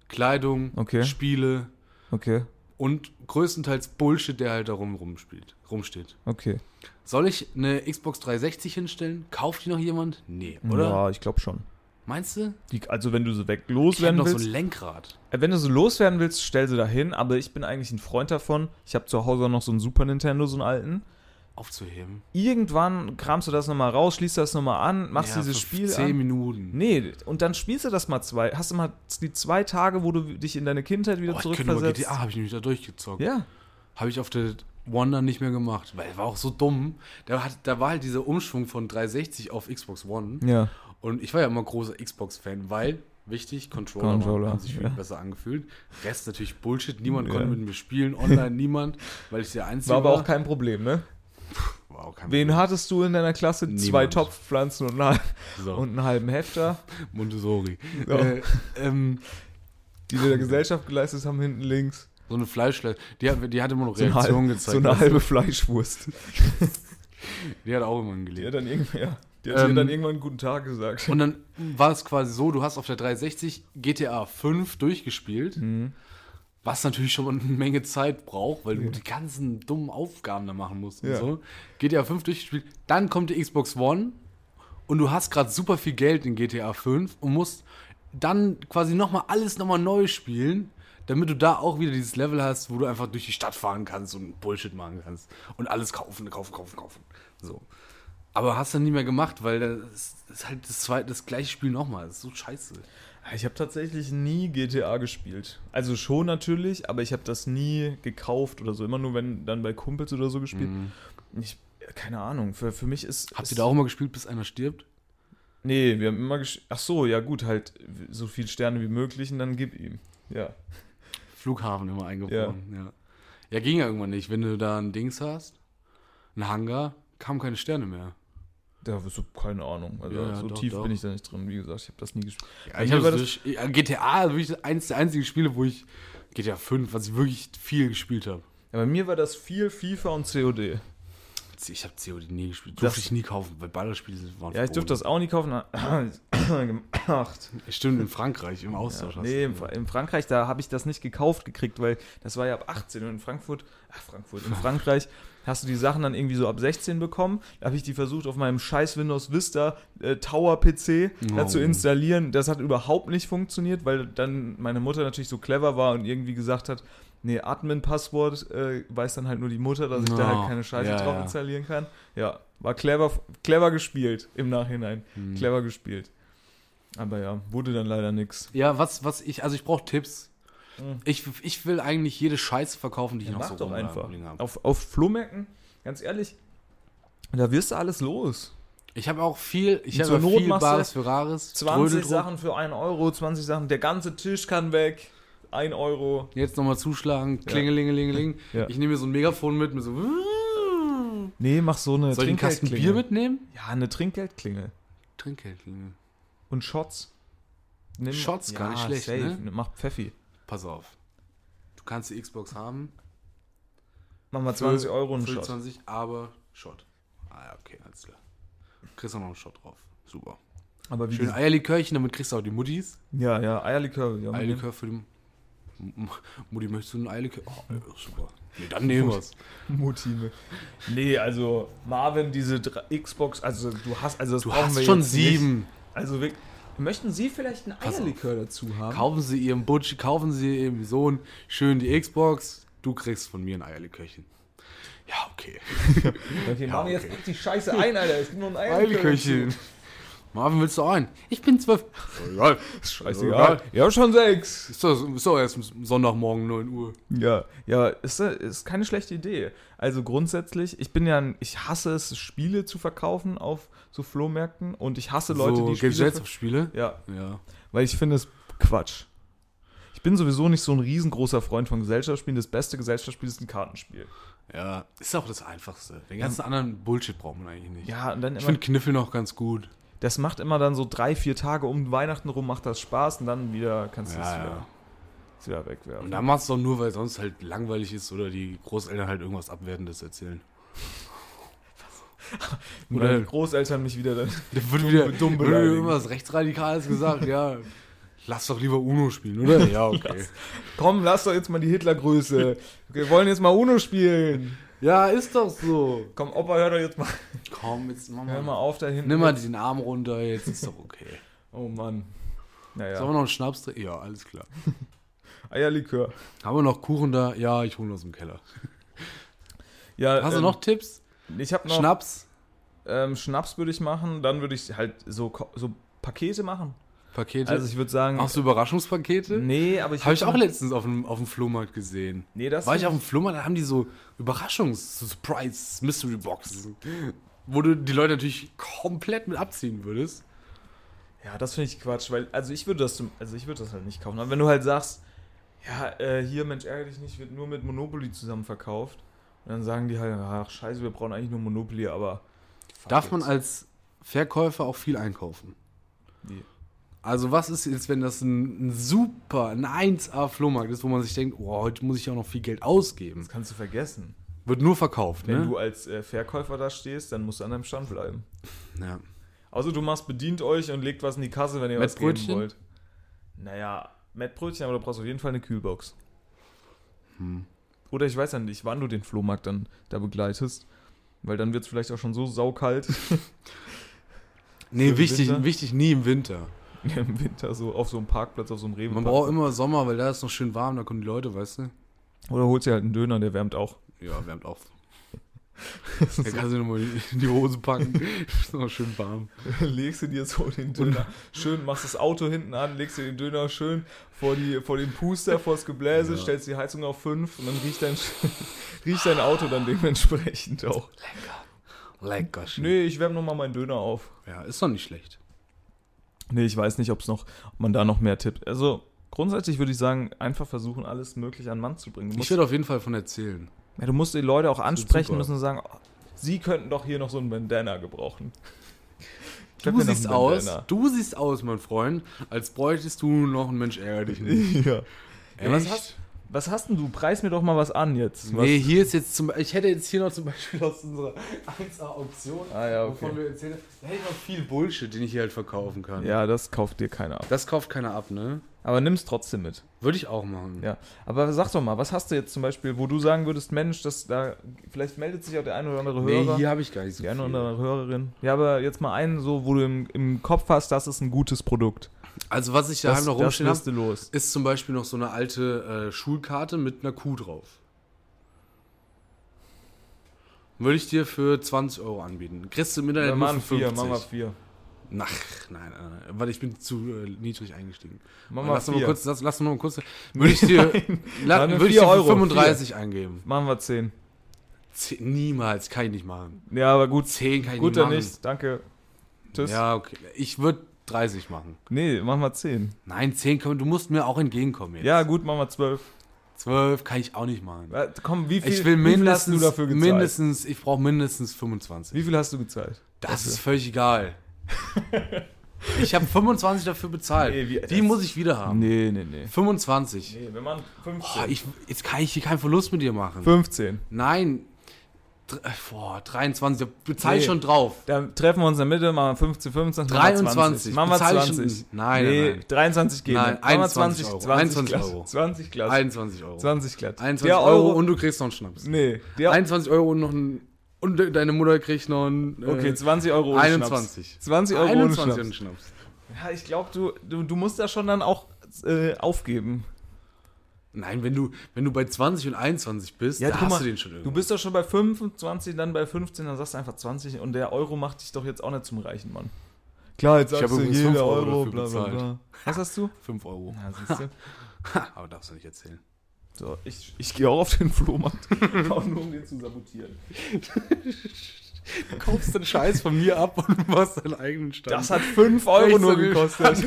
Speaker 3: Kleidung,
Speaker 4: Okay.
Speaker 3: Spiele
Speaker 4: Okay,
Speaker 3: und größtenteils Bullshit, der halt da rum, rumspielt, rumsteht.
Speaker 4: okay.
Speaker 3: Soll ich eine Xbox 360 hinstellen? Kauft die noch jemand? Nee, oder?
Speaker 4: Ja, ich glaube schon.
Speaker 3: Meinst du?
Speaker 4: Die, also wenn du so weg
Speaker 3: Ich hab
Speaker 4: loswerden
Speaker 3: noch so
Speaker 4: willst,
Speaker 3: ein Lenkrad.
Speaker 4: äh, wenn du so loswerden willst, stell sie dahin. Aber ich bin eigentlich ein Freund davon. Ich habe zu Hause auch noch so einen Super Nintendo, so einen alten.
Speaker 3: Aufzuheben.
Speaker 4: Irgendwann kramst du das nochmal raus, schließt das nochmal an, machst
Speaker 3: Ja,
Speaker 4: dieses
Speaker 3: für
Speaker 4: Spiel
Speaker 3: Zehn
Speaker 4: an.
Speaker 3: Minuten.
Speaker 4: Nee, und dann spielst du das mal zwei. Hast du mal die zwei Tage, wo du dich in deine Kindheit wieder
Speaker 3: Oh, ich könnte mal
Speaker 4: zurückversetzt.
Speaker 3: GTA, habe ich nämlich da durchgezockt.
Speaker 4: ja,
Speaker 3: Habe ich auf der One dann nicht mehr gemacht, weil war auch so dumm. Da, hat, da war halt dieser Umschwung von 360 auf Xbox One.
Speaker 4: ja.
Speaker 3: Und ich war ja immer großer Xbox-Fan, weil, wichtig, Controller,
Speaker 4: Controller,
Speaker 3: haben sich viel
Speaker 4: ja.
Speaker 3: besser angefühlt. Rest natürlich Bullshit, niemand
Speaker 4: Ja.
Speaker 3: konnte mit mir spielen, online niemand, weil ich der Einzige
Speaker 4: War
Speaker 3: war.
Speaker 4: aber auch kein Problem, ne?
Speaker 3: war auch kein
Speaker 4: Wen hattest du in deiner Klasse? Zwei
Speaker 3: Niemand.
Speaker 4: Topfpflanzen und, einen halb-
Speaker 3: so,
Speaker 4: und einen halben Hefter,
Speaker 3: Montessori.
Speaker 4: Ja.
Speaker 3: Äh, ähm,
Speaker 4: die wir der Gesellschaft geleistet haben, hinten links.
Speaker 3: so eine Fleischle die hat, die hat immer noch
Speaker 4: So eine,
Speaker 3: Reaktionen
Speaker 4: halbe, so
Speaker 3: gezeigt.
Speaker 4: eine halbe Fleischwurst.
Speaker 3: die hat auch immer
Speaker 4: Die hat
Speaker 3: gelegt.
Speaker 4: dann irgendwann, ja, die hat
Speaker 3: Ähm,
Speaker 4: dir dann irgendwann guten Tag gesagt.
Speaker 3: Und dann war es quasi so, du hast auf der 360 GTA 5 durchgespielt, was natürlich schon mal eine Menge Zeit braucht, weil du die ganzen dummen Aufgaben da machen musst und
Speaker 4: Ja.
Speaker 3: so. GTA 5 durchgespielt, dann kommt die Xbox One und du hast gerade super viel Geld in GTA 5 und musst dann quasi nochmal alles nochmal neu spielen, damit du da auch wieder dieses Level hast, wo du einfach durch die Stadt fahren kannst und Bullshit machen kannst und alles kaufen, kaufen, kaufen, kaufen. So. Aber hast du nie mehr gemacht, weil das ist halt das, zweite, das gleiche Spiel nochmal. Das ist so scheiße.
Speaker 4: Ich habe tatsächlich nie GTA gespielt. Also schon natürlich, aber ich habe das nie gekauft oder so. Immer nur, wenn dann bei Kumpels oder so gespielt. Ich, keine Ahnung, für, für mich ist.
Speaker 3: Habt
Speaker 4: ist,
Speaker 3: ihr da auch immer gespielt, bis einer stirbt?
Speaker 4: Nee, wir haben immer gesch Ach so, ja gut, halt so viel Sterne wie möglich und dann gib ihm. Ja.
Speaker 3: Flughafen immer eingefroren. Ja. ja. ging ja irgendwann nicht. Wenn du da ein Dings hast, ein Hangar, kamen keine Sterne mehr.
Speaker 4: Da so, keine Ahnung. Also
Speaker 3: Ja, ja,
Speaker 4: so
Speaker 3: doch,
Speaker 4: tief
Speaker 3: doch.
Speaker 4: bin ich da nicht drin. Wie gesagt, ich habe das nie gespielt. Bei
Speaker 3: ich
Speaker 4: mir
Speaker 3: hab
Speaker 4: war
Speaker 3: das
Speaker 4: das-
Speaker 3: durch, ja, GTA wirklich eins der einzigen Spiele, wo ich GTA 5, was ich wirklich viel gespielt habe.
Speaker 4: Ja, bei mir war das viel FIFA und COD.
Speaker 3: Ich habe COD nie gespielt.
Speaker 4: Das-
Speaker 3: Durfte ich nie kaufen, weil Ballerspiele waren
Speaker 4: Ja, ich durfte
Speaker 3: verboten.
Speaker 4: das auch nie kaufen. gemacht.
Speaker 3: Stimmt, in Frankreich, im Austausch.
Speaker 4: Ja,
Speaker 3: hast
Speaker 4: nee,
Speaker 3: du-
Speaker 4: in, Fra- in Frankreich, da habe ich das nicht gekauft gekriegt, weil das war ja ab 18 und in Frankfurt, ach Frankfurt, in Frankreich hast du die Sachen dann irgendwie so ab 16 bekommen. Da habe ich die versucht, auf meinem scheiß Windows Vista äh, Tower PC da zu
Speaker 3: Oh.
Speaker 4: installieren. Das hat überhaupt nicht funktioniert, weil dann meine Mutter natürlich so clever war und irgendwie gesagt hat, nee, Admin-Passwort äh, weiß dann halt nur die Mutter, dass ich da
Speaker 3: Oh,
Speaker 4: halt keine Scheiße
Speaker 3: ja,
Speaker 4: drauf
Speaker 3: ja.
Speaker 4: installieren
Speaker 3: Hm.
Speaker 4: kann. Ja, war clever, clever gespielt im Nachhinein. Clever gespielt. Aber ja, wurde dann leider nix.
Speaker 3: Ja, was, was ich, also ich brauche Tipps. Ich, ich will eigentlich jede Scheiße verkaufen, die ich noch
Speaker 4: Hm. Mach
Speaker 3: so
Speaker 4: doch
Speaker 3: rumliegen
Speaker 4: einfach.
Speaker 3: habe.
Speaker 4: Auf, auf Flohmärkten, ganz ehrlich, da wirst du alles los.
Speaker 3: Ich habe auch viel, ich
Speaker 4: Zur
Speaker 3: habe
Speaker 4: Not
Speaker 3: viel
Speaker 4: machst du
Speaker 3: Bares für Rares.
Speaker 4: 20
Speaker 3: Trödeldruck.
Speaker 4: Sachen für 1 Euro, 20 Sachen, der ganze Tisch kann weg. 1 Euro.
Speaker 3: Jetzt nochmal zuschlagen, klingelingelingeling.
Speaker 4: Ja.
Speaker 3: Ich nehme mir so ein Megafon mit, mit so. Soll
Speaker 4: Nee, mach so eine
Speaker 3: ich einen Kasten
Speaker 4: Trinkgeldklingel.
Speaker 3: Bier mitnehmen?
Speaker 4: Ja, eine Trinkgeldklingel.
Speaker 3: Trinkgeldklingel.
Speaker 4: Und Shots. Nimm,
Speaker 3: Shots, gar nicht schlecht, ne?
Speaker 4: Mach Pfeffi.
Speaker 3: Pass auf. Du kannst die Xbox haben.
Speaker 4: Mach mal
Speaker 3: Für-
Speaker 4: 20 Euro einen
Speaker 3: für
Speaker 4: Shot.
Speaker 3: 20, aber Shot. Ah, ja, okay, alles klar. Kriegst auch noch einen Shot drauf. Super.
Speaker 4: Aber wie
Speaker 3: Schön
Speaker 4: gesagt-
Speaker 3: Eierlikörchen, damit kriegst du auch die Muttis.
Speaker 4: Ja, ja, Eierlikör. Ja,
Speaker 3: Eierlikör für die. M- M- Mutti, möchtest du ein Eierlikör? Oh, ja, super. Nee, dann nehmen wir's.
Speaker 4: Mutime. Nee, also Marvin, diese drei- Xbox, also du hast, also das
Speaker 3: Du
Speaker 4: brauchen
Speaker 3: hast
Speaker 4: wir
Speaker 3: schon
Speaker 4: jetzt
Speaker 3: sieben.
Speaker 4: Nicht. Also wir, möchten Sie vielleicht einen
Speaker 3: auf.
Speaker 4: Eierlikör dazu haben?
Speaker 3: Kaufen Sie Ihrem Butch, kaufen Sie Ihrem Sohn schön die Xbox. Du kriegst von mir ein Eierlikörchen. Ja, okay.
Speaker 4: Okay, Marvin, jetzt
Speaker 3: okay.
Speaker 4: pack die Scheiße ein, Alter. Es gibt nur ein Eierlikör.
Speaker 3: Eierlikörchen. Marvin, willst du ein? Ich bin zwölf. Egal.
Speaker 4: Scheißegal. Ja, schon sechs.
Speaker 3: Ist doch, ist doch erst Sonntagmorgen 9 Uhr.
Speaker 4: Ja, ja, ist, äh, ist keine schlechte Idee. Also grundsätzlich, ich bin ja, ein, ich hasse es, Spiele zu verkaufen auf so Flohmärkten und ich hasse Leute,
Speaker 3: so,
Speaker 4: die
Speaker 3: gibst du
Speaker 4: Spiele.
Speaker 3: jetzt
Speaker 4: ver-
Speaker 3: auf Spiele?
Speaker 4: Ja,
Speaker 3: Ja.
Speaker 4: weil ich finde es Quatsch. Ich bin sowieso nicht so ein riesengroßer Freund von Gesellschaftsspielen. Das beste Gesellschaftsspiel ist ein Kartenspiel.
Speaker 3: Ja. Ist auch das Einfachste. Den ganzen anderen Bullshit braucht man eigentlich nicht.
Speaker 4: Ja, und dann
Speaker 3: Ich
Speaker 4: immer,
Speaker 3: finde Kniffel noch ganz gut.
Speaker 4: das macht immer dann so drei, vier Tage um Weihnachten rum, macht das Spaß und dann wieder kannst du es
Speaker 3: Ja,
Speaker 4: wieder,
Speaker 3: ja.
Speaker 4: es wieder wegwerfen.
Speaker 3: Und dann machst du doch nur, weil sonst halt langweilig ist oder die Großeltern halt irgendwas Abwertendes erzählen.
Speaker 4: Und
Speaker 3: oder-
Speaker 4: meine Großeltern mich wieder dann.
Speaker 3: Da wird wieder
Speaker 4: dumm
Speaker 3: wird
Speaker 4: beleidigen.
Speaker 3: irgendwas Rechtsradikales gesagt, ja. Lass doch lieber Uno spielen, oder? Ja, okay.
Speaker 4: Komm, lass doch jetzt mal die Hitlergröße. Wir wollen jetzt mal UNO spielen.
Speaker 3: ja, ist doch so.
Speaker 4: Komm, Opa, hör doch jetzt mal.
Speaker 3: Komm, jetzt mach
Speaker 4: Hör
Speaker 3: mal.
Speaker 4: mal auf da hinten.
Speaker 3: Nimm mal den Arm runter, jetzt ist doch okay.
Speaker 4: Oh Mann.
Speaker 3: Sollen wir
Speaker 4: Naja.
Speaker 3: noch einen Schnaps trinken? Ja, alles klar.
Speaker 4: Eierlikör.
Speaker 3: Haben wir noch Kuchen da? Ja, ich hole aus dem Keller.
Speaker 4: Ja,
Speaker 3: Hast du
Speaker 4: ähm,
Speaker 3: noch Tipps?
Speaker 4: Ich habe noch
Speaker 3: Schnaps?
Speaker 4: Ähm, Schnaps würde ich machen. Dann würde ich halt so, Ko- so Pakete machen.
Speaker 3: Pakete?
Speaker 4: Also ich würde sagen.
Speaker 3: Machst du Überraschungspakete?
Speaker 4: nee, aber ich.
Speaker 3: Habe ich
Speaker 4: würd-
Speaker 3: auch letztens auf dem, auf dem Flohmarkt gesehen.
Speaker 4: Nee, das
Speaker 3: War ich auf dem Flohmarkt, da haben die so Überraschungs-Surprise-Mystery-Boxen, wo du die Leute natürlich komplett mit abziehen würdest.
Speaker 4: Ja, das finde ich Quatsch, weil also ich würde das, zum- also ich würde das halt nicht kaufen. Aber wenn du halt sagst, ja, äh, hier Mensch ärgere dich nicht, wird nur mit Monopoly zusammen verkauft. Und dann sagen die halt, ach scheiße, wir brauchen eigentlich nur Monopoly, aber
Speaker 3: Darf man als Verkäufer auch viel einkaufen?
Speaker 4: Nee.
Speaker 3: Also was ist jetzt, wenn das ein, ein super, ein 1A Flohmarkt ist, wo man sich denkt, oh, heute muss ich auch noch viel Geld ausgeben.
Speaker 4: das kannst du vergessen.
Speaker 3: Wird nur verkauft,
Speaker 4: Wenn
Speaker 3: ne?
Speaker 4: du als äh, Verkäufer da stehst, dann musst du an deinem Stand bleiben.
Speaker 3: ja.
Speaker 4: Also du machst bedient euch und legt was in die Kasse, wenn ihr was geben
Speaker 3: Mettbrötchen?
Speaker 4: wollt. Naja, Mettbrötchen, aber du brauchst auf jeden Fall eine Kühlbox.
Speaker 3: Hm.
Speaker 4: Oder ich weiß ja nicht, wann du den Flohmarkt dann da begleitest. Weil dann wird es vielleicht auch schon so saukalt
Speaker 3: Nee,
Speaker 4: im
Speaker 3: wichtig,
Speaker 4: Winter?
Speaker 3: wichtig nie im Winter.
Speaker 4: im Winter so auf so einem Parkplatz, auf so einem Rewe.
Speaker 3: Man braucht immer Sommer, weil da ist noch schön warm, da kommen die Leute, weißt du?
Speaker 4: Oder holst dir halt einen Döner, der wärmt auch.
Speaker 3: Ja, wärmt auf. Da kannst du nochmal in die Hose packen. Ist noch schön warm.
Speaker 4: legst du dir so den Döner schön, machst das Auto hinten an, legst dir den Döner schön vor, die, vor den Puster, vor das Gebläse, stellst die Heizung auf 5 und dann riecht dein, riecht dein Auto dann dementsprechend auch.
Speaker 3: Lecker schön.
Speaker 4: Nee, ich wärme nochmal meinen Döner auf.
Speaker 3: Ja, ist doch nicht schlecht.
Speaker 4: Nee, ich weiß nicht, ob's noch, ob man da noch mehr tippt. Also grundsätzlich würde ich sagen, einfach versuchen, alles Mögliche an den Mann zu bringen. Du
Speaker 3: Ich
Speaker 4: musst,
Speaker 3: werde auf jeden Fall von erzählen.
Speaker 4: ja, du musst die Leute auch ansprechen
Speaker 3: super.
Speaker 4: müssen und sagen, oh, sie könnten doch hier noch so einen Bandana gebrauchen. Ich hab
Speaker 3: Du
Speaker 4: hier noch
Speaker 3: siehst
Speaker 4: einen
Speaker 3: aus,
Speaker 4: Bandana.
Speaker 3: du siehst aus, mein Freund, als bräuchtest du noch einen Mensch ärger dich nicht.
Speaker 4: ja. Ja, was
Speaker 3: Echt?
Speaker 4: hast- Was hast denn du? Preis mir doch mal was an jetzt. Was?
Speaker 3: Nee, hier ist jetzt zum Ich hätte jetzt hier noch zum Beispiel aus unserer 1A-Option,
Speaker 4: Ah, ja, okay.
Speaker 3: wovon wir erzählt haben, da hätte ich noch viel Bullshit, den ich hier halt verkaufen kann.
Speaker 4: Ja, das kauft dir keiner ab.
Speaker 3: Das kauft keiner ab, ne?
Speaker 4: Aber nimm's trotzdem mit.
Speaker 3: Würde ich auch machen.
Speaker 4: Ja. Aber sag doch mal, was hast du jetzt zum Beispiel, wo du sagen würdest, Mensch, das da vielleicht meldet sich auch der ein oder andere
Speaker 3: Nee,
Speaker 4: Hörer.
Speaker 3: hier habe ich gar nicht so
Speaker 4: Die eine
Speaker 3: viel.
Speaker 4: oder andere Hörerin. Ja, aber jetzt mal einen, so, wo du im, im Kopf hast, das ist ein gutes Produkt.
Speaker 3: Also was ich daheim
Speaker 4: Das,
Speaker 3: noch
Speaker 4: das
Speaker 3: rumstehen habe,
Speaker 4: wirst du los.
Speaker 3: ist zum Beispiel noch so eine alte äh, Schulkarte mit einer Kuh drauf. Würde ich dir für 20 Euro anbieten. Kriegst du im Internet
Speaker 4: Ja,
Speaker 3: nur
Speaker 4: Mann,
Speaker 3: für
Speaker 4: vier,
Speaker 3: 50.
Speaker 4: Mama vier.
Speaker 3: Nach, nein, nein, nein, weil ich bin zu äh, niedrig eingestiegen.
Speaker 4: Machen wir
Speaker 3: lass noch mal
Speaker 4: vier.
Speaker 3: kurz, lass, lass noch mal kurz. Würde ich dir, la,
Speaker 4: Nein,
Speaker 3: würde ich
Speaker 4: vier
Speaker 3: dir
Speaker 4: Euro,
Speaker 3: 35 eingeben.
Speaker 4: Machen wir zehn.
Speaker 3: Ze- niemals, kann ich nicht machen.
Speaker 4: Ja, aber gut.
Speaker 3: 10 kann ich
Speaker 4: Gut,
Speaker 3: nicht
Speaker 4: dann
Speaker 3: machen.
Speaker 4: nicht. Danke. Tschüss.
Speaker 3: Ja, okay. Ich würde 30 machen.
Speaker 4: Nee, machen wir zehn.
Speaker 3: Nein, 10 kann, du musst mir auch entgegenkommen jetzt.
Speaker 4: Ja, gut, machen wir zwölf.
Speaker 3: 12 kann ich auch nicht machen.
Speaker 4: Äh, Komm, wie viel,
Speaker 3: Ich will
Speaker 4: wie viel
Speaker 3: mindestens,
Speaker 4: hast du dafür gezahlt?
Speaker 3: mindestens, ich brauche mindestens 25.
Speaker 4: Wie viel hast du gezahlt?
Speaker 3: Das ist völlig egal. ich habe 25 dafür bezahlt.
Speaker 4: Nee, wie-
Speaker 3: Die
Speaker 4: das-
Speaker 3: muss ich wieder haben.
Speaker 4: Nee, nee, nee.
Speaker 3: 25.
Speaker 4: Nee, wenn man
Speaker 3: Boah,
Speaker 4: 15.
Speaker 3: Ah, ich, jetzt kann ich hier keinen Verlust mit dir machen.
Speaker 4: 15.
Speaker 3: Nein. Dr- äh, Boah, 23. Bezahl ich
Speaker 4: Nee.
Speaker 3: schon drauf.
Speaker 4: Dann treffen wir uns in der Mitte, machen wir 15, 25, machen wir
Speaker 3: 23.
Speaker 4: Machen wir
Speaker 3: Bezahl ich
Speaker 4: 20.
Speaker 3: schon- Nein, nein, nein.
Speaker 4: 23 geht
Speaker 3: Nein,
Speaker 4: nicht. Machen wir
Speaker 3: 21 Euro.
Speaker 4: 20 glatt.
Speaker 3: 21 Euro.
Speaker 4: 20 glatt.
Speaker 3: 21 Euro.
Speaker 4: 20 glatt.
Speaker 3: 21
Speaker 4: der
Speaker 3: Also- Euro und du kriegst noch einen Schnaps.
Speaker 4: Nee, der.
Speaker 3: 21 Euro und noch ein. Und de- deine Mutter kriegt noch einen. äh,
Speaker 4: okay, 20 Euro ohne
Speaker 3: 21.
Speaker 4: Schnaps. 20 Euro
Speaker 3: 21
Speaker 4: ohne
Speaker 3: und
Speaker 4: Schnaps.
Speaker 3: Schnaps.
Speaker 4: Ja, ich glaube, du, du, du musst da schon dann auch äh, aufgeben.
Speaker 3: Nein, wenn du, wenn du bei 20 und 21 bist, da
Speaker 4: guck
Speaker 3: hast
Speaker 4: mal,
Speaker 3: du den schon irgendwie.
Speaker 4: Du bist doch schon bei 25, dann bei 15, dann sagst du einfach 20 und der Euro macht dich doch jetzt auch nicht zum reichen Mann. Klar, jetzt
Speaker 3: Ich
Speaker 4: sagst
Speaker 3: hab
Speaker 4: du
Speaker 3: übrigens
Speaker 4: jeder
Speaker 3: fünf Euro
Speaker 4: Euro,
Speaker 3: dafür
Speaker 4: bla bla bla.
Speaker 3: bezahlt.
Speaker 4: Was hast du?
Speaker 3: 5 Euro.
Speaker 4: Ja, siehst du.
Speaker 3: Aber darfst du nicht erzählen.
Speaker 4: So, ich, ich gehe auch auf den Flohmarkt, auch nur um den zu sabotieren.
Speaker 3: Du kaufst den Scheiß von mir ab und machst deinen eigenen Stand.
Speaker 4: Das hat 5 Euro nur gekostet.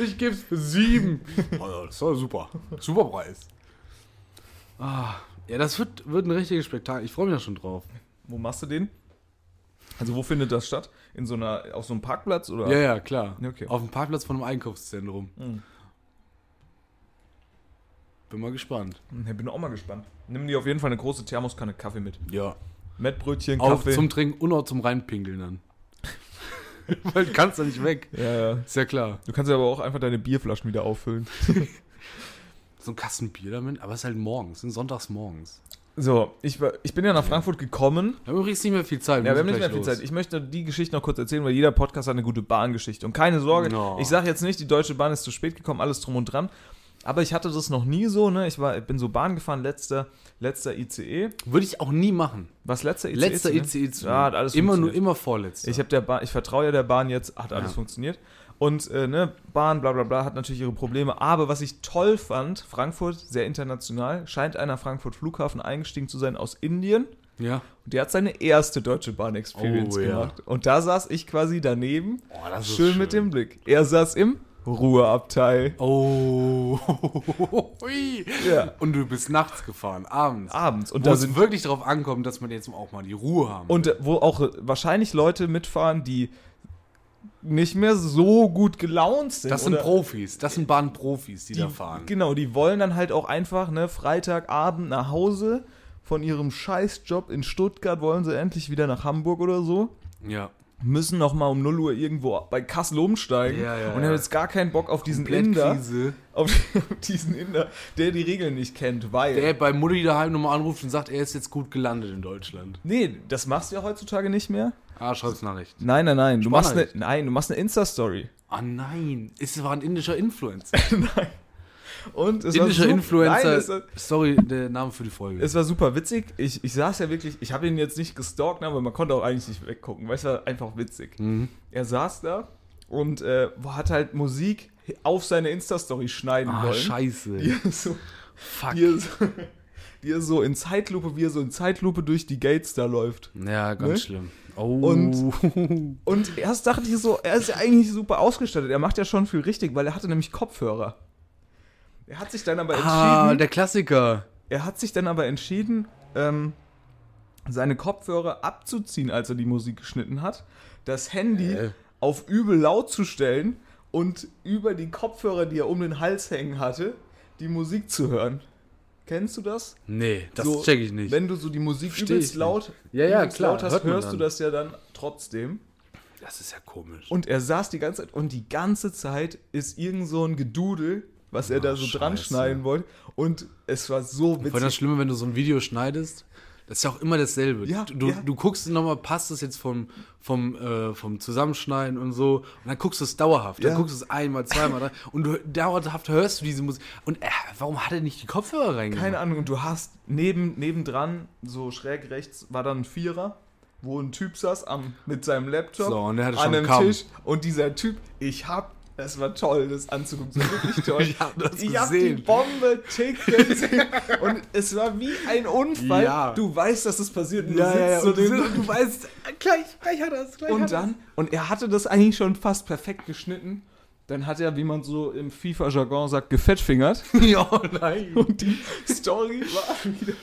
Speaker 3: ich geb's Also für 7. Oh ja, das war super. Super Preis. Ah, ja, das wird, wird ein richtiges Spektakel. Ich freue mich da schon drauf.
Speaker 4: Wo machst du den? Also wo findet das statt? In so einer, auf so einem Parkplatz oder?
Speaker 3: Ja, ja, klar.
Speaker 4: Ja, okay. Mhm.
Speaker 3: Auf dem Parkplatz von einem Einkaufszentrum. Bin mal gespannt.
Speaker 4: Ich Hm, bin auch mal gespannt. Nimm dir auf jeden Fall eine große Thermoskanne Kaffee mit.
Speaker 3: Ja.
Speaker 4: Mettbrötchen,
Speaker 3: Auch
Speaker 4: Kaffee.
Speaker 3: zum Trinken und auch zum Reinpinkeln dann. Weil du kannst da nicht weg.
Speaker 4: ja, ja.
Speaker 3: Ist ja klar.
Speaker 4: Du kannst ja aber auch einfach deine Bierflaschen wieder auffüllen.
Speaker 3: So ein Kasten Bier damit, aber es ist halt morgens, es sind sonntags morgens.
Speaker 4: So, ich, war, ich bin ja nach Frankfurt gekommen.
Speaker 3: Wir haben übrigens nicht mehr viel Zeit.
Speaker 4: Ja, wir haben
Speaker 3: müssen
Speaker 4: nicht mehr
Speaker 3: gleich
Speaker 4: viel
Speaker 3: los.
Speaker 4: Zeit. Ich möchte die Geschichte noch kurz erzählen, weil jeder Podcast hat eine gute Bahngeschichte. Und keine Sorge,
Speaker 3: No.
Speaker 4: ich sage jetzt nicht, die Deutsche Bahn ist zu spät gekommen, alles drum und dran. Aber ich hatte das noch nie so, ne? Ich war, bin so Bahn gefahren, letzter, letzter ICE.
Speaker 3: Würde ich auch nie machen.
Speaker 4: Was letzter ICE?
Speaker 3: Letzter
Speaker 4: zu, ne?
Speaker 3: ICE zu.
Speaker 4: Ja, hat alles
Speaker 3: immer nur
Speaker 4: funktioniert.
Speaker 3: immer vorletzter.
Speaker 4: Ich, hab der Bahn, ich vertraue ja der Bahn jetzt, hat alles
Speaker 3: Ja.
Speaker 4: funktioniert. Und äh, ne, Bahn, bla bla bla, hat natürlich ihre Probleme. Aber was ich toll fand, Frankfurt, sehr international, scheint einer Frankfurt Flughafen eingestiegen zu sein aus Indien.
Speaker 3: ja.
Speaker 4: Und der hat seine erste Deutsche Bahn-Experience
Speaker 3: Oh, ja. Oh,
Speaker 4: gemacht. Und da saß ich quasi daneben,
Speaker 3: das ist
Speaker 4: schön, mit dem Blick. Er saß im Ruheabteil.
Speaker 3: Oh.
Speaker 4: Ja.
Speaker 3: Und du bist nachts gefahren, abends.
Speaker 4: Abends. Und
Speaker 3: Wo
Speaker 4: da
Speaker 3: es
Speaker 4: sind
Speaker 3: wirklich darauf ankommt, dass man jetzt auch mal die Ruhe haben.
Speaker 4: Und äh, wo auch äh, wahrscheinlich Leute mitfahren, die nicht mehr so gut gelaunt sind.
Speaker 3: das sind
Speaker 4: oder-
Speaker 3: Profis, das sind Bahnprofis, die,
Speaker 4: die,
Speaker 3: da fahren.
Speaker 4: Genau, die wollen dann halt auch einfach, ne, Freitagabend nach Hause von ihrem Scheißjob in Stuttgart wollen sie endlich wieder nach Hamburg oder so.
Speaker 3: Ja.
Speaker 4: Müssen noch mal um 0 Uhr irgendwo bei Kassel umsteigen
Speaker 3: Ja, ja,
Speaker 4: und
Speaker 3: ja.
Speaker 4: haben jetzt gar keinen Bock auf diesen Inder,
Speaker 3: Krise.
Speaker 4: auf, auf diesen Inder, der die Regeln nicht kennt, weil
Speaker 3: Der bei Mutti daheim nochmal anruft und sagt, er ist jetzt gut gelandet in Deutschland.
Speaker 4: Nee, das machst du ja heutzutage nicht mehr.
Speaker 3: Ah, schreib's Nachricht.
Speaker 4: Nein, nein, nein, du machst eine
Speaker 3: Spannend.
Speaker 4: Nein, du machst eine Insta Story.
Speaker 3: Ah nein, es war ein indischer Influencer.
Speaker 4: Und es war
Speaker 3: indischer
Speaker 4: super-
Speaker 3: Influencer.
Speaker 4: Nein, es war,
Speaker 3: Sorry, der Name für die Folge.
Speaker 4: Es war super witzig. Ich, ich saß ja wirklich, ich habe ihn jetzt nicht gestalkt, ne, aber man konnte auch eigentlich nicht weggucken, weil es war einfach witzig.
Speaker 3: Mhm.
Speaker 4: Er saß da und äh, hat halt Musik auf seine Insta-Story schneiden
Speaker 3: ah,
Speaker 4: wollen.
Speaker 3: scheiße.
Speaker 4: Die er so,
Speaker 3: Fuck.
Speaker 4: die er so, die er so in Zeitlupe, wie er so in Zeitlupe durch die Gates da läuft.
Speaker 3: Ja, ganz
Speaker 4: Ne?
Speaker 3: schlimm. Oh.
Speaker 4: Und- Und erst dachte ich so, er ist ja eigentlich super ausgestattet. Er macht ja schon viel richtig, weil er hatte nämlich Kopfhörer. Er hat sich dann aber entschieden.
Speaker 3: ah, der Klassiker.
Speaker 4: Er hat sich dann aber entschieden, ähm, seine Kopfhörer abzuziehen, als er die Musik geschnitten hat, das Handy
Speaker 3: Äh.
Speaker 4: auf übel laut zu stellen und über die Kopfhörer, die er um den Hals hängen hatte, die Musik zu hören. Kennst du das?
Speaker 3: Nee, das
Speaker 4: So,
Speaker 3: check ich nicht.
Speaker 4: Wenn du so die Musik
Speaker 3: Versteh ich
Speaker 4: übelst
Speaker 3: nicht.
Speaker 4: laut,
Speaker 3: Ja, ja,
Speaker 4: übelst
Speaker 3: klar,
Speaker 4: laut hast,
Speaker 3: hört man
Speaker 4: hörst du
Speaker 3: dann.
Speaker 4: das ja dann trotzdem.
Speaker 3: das ist ja komisch.
Speaker 4: Und er saß die ganze Zeit und die ganze Zeit ist irgend so ein Gedudel, was er da so dran
Speaker 3: Scheiße.
Speaker 4: schneiden wollte. Und es war so
Speaker 3: Vor allem das
Speaker 4: witzig.
Speaker 3: Schlimme, wenn du so ein Video schneidest, das ist ja auch immer dasselbe.
Speaker 4: Ja,
Speaker 3: du,
Speaker 4: ja.
Speaker 3: du guckst nochmal, passt das jetzt vom, vom, äh, vom Zusammenschneiden und so. Und dann guckst du es dauerhaft.
Speaker 4: Ja.
Speaker 3: Dann guckst du es einmal, zweimal. drei- und du, dauerhaft hörst du diese Musik. Und äh, warum hat er nicht die Kopfhörer reingemacht?
Speaker 4: Keine Ahnung, und du hast neben, nebendran, so schräg rechts, war dann ein Vierer, wo ein Typ saß am, mit seinem Laptop
Speaker 3: So, und er hatte schon
Speaker 4: an einem
Speaker 3: Kamm.
Speaker 4: Tisch und dieser Typ, ich hab, das war toll, das anzugucken, das war wirklich toll.
Speaker 3: Ich hab das
Speaker 4: ich hab die
Speaker 3: gesehen.
Speaker 4: Bombe ticken sehen und es war wie ein Unfall.
Speaker 3: Ja.
Speaker 4: Du weißt, dass es das passiert und
Speaker 3: Ja,
Speaker 4: du
Speaker 3: ja, ja,
Speaker 4: sitzt so
Speaker 3: und du,
Speaker 4: drin.
Speaker 3: sitzt- du weißt, gleich, gleich hat er es, gleich
Speaker 4: Und
Speaker 3: hat
Speaker 4: dann, und er hatte das eigentlich schon fast perfekt geschnitten. Dann hat er, wie man so im FIFA-Jargon sagt, gefettfingert.
Speaker 3: Ja, oh nein.
Speaker 4: Und die Story war wieder.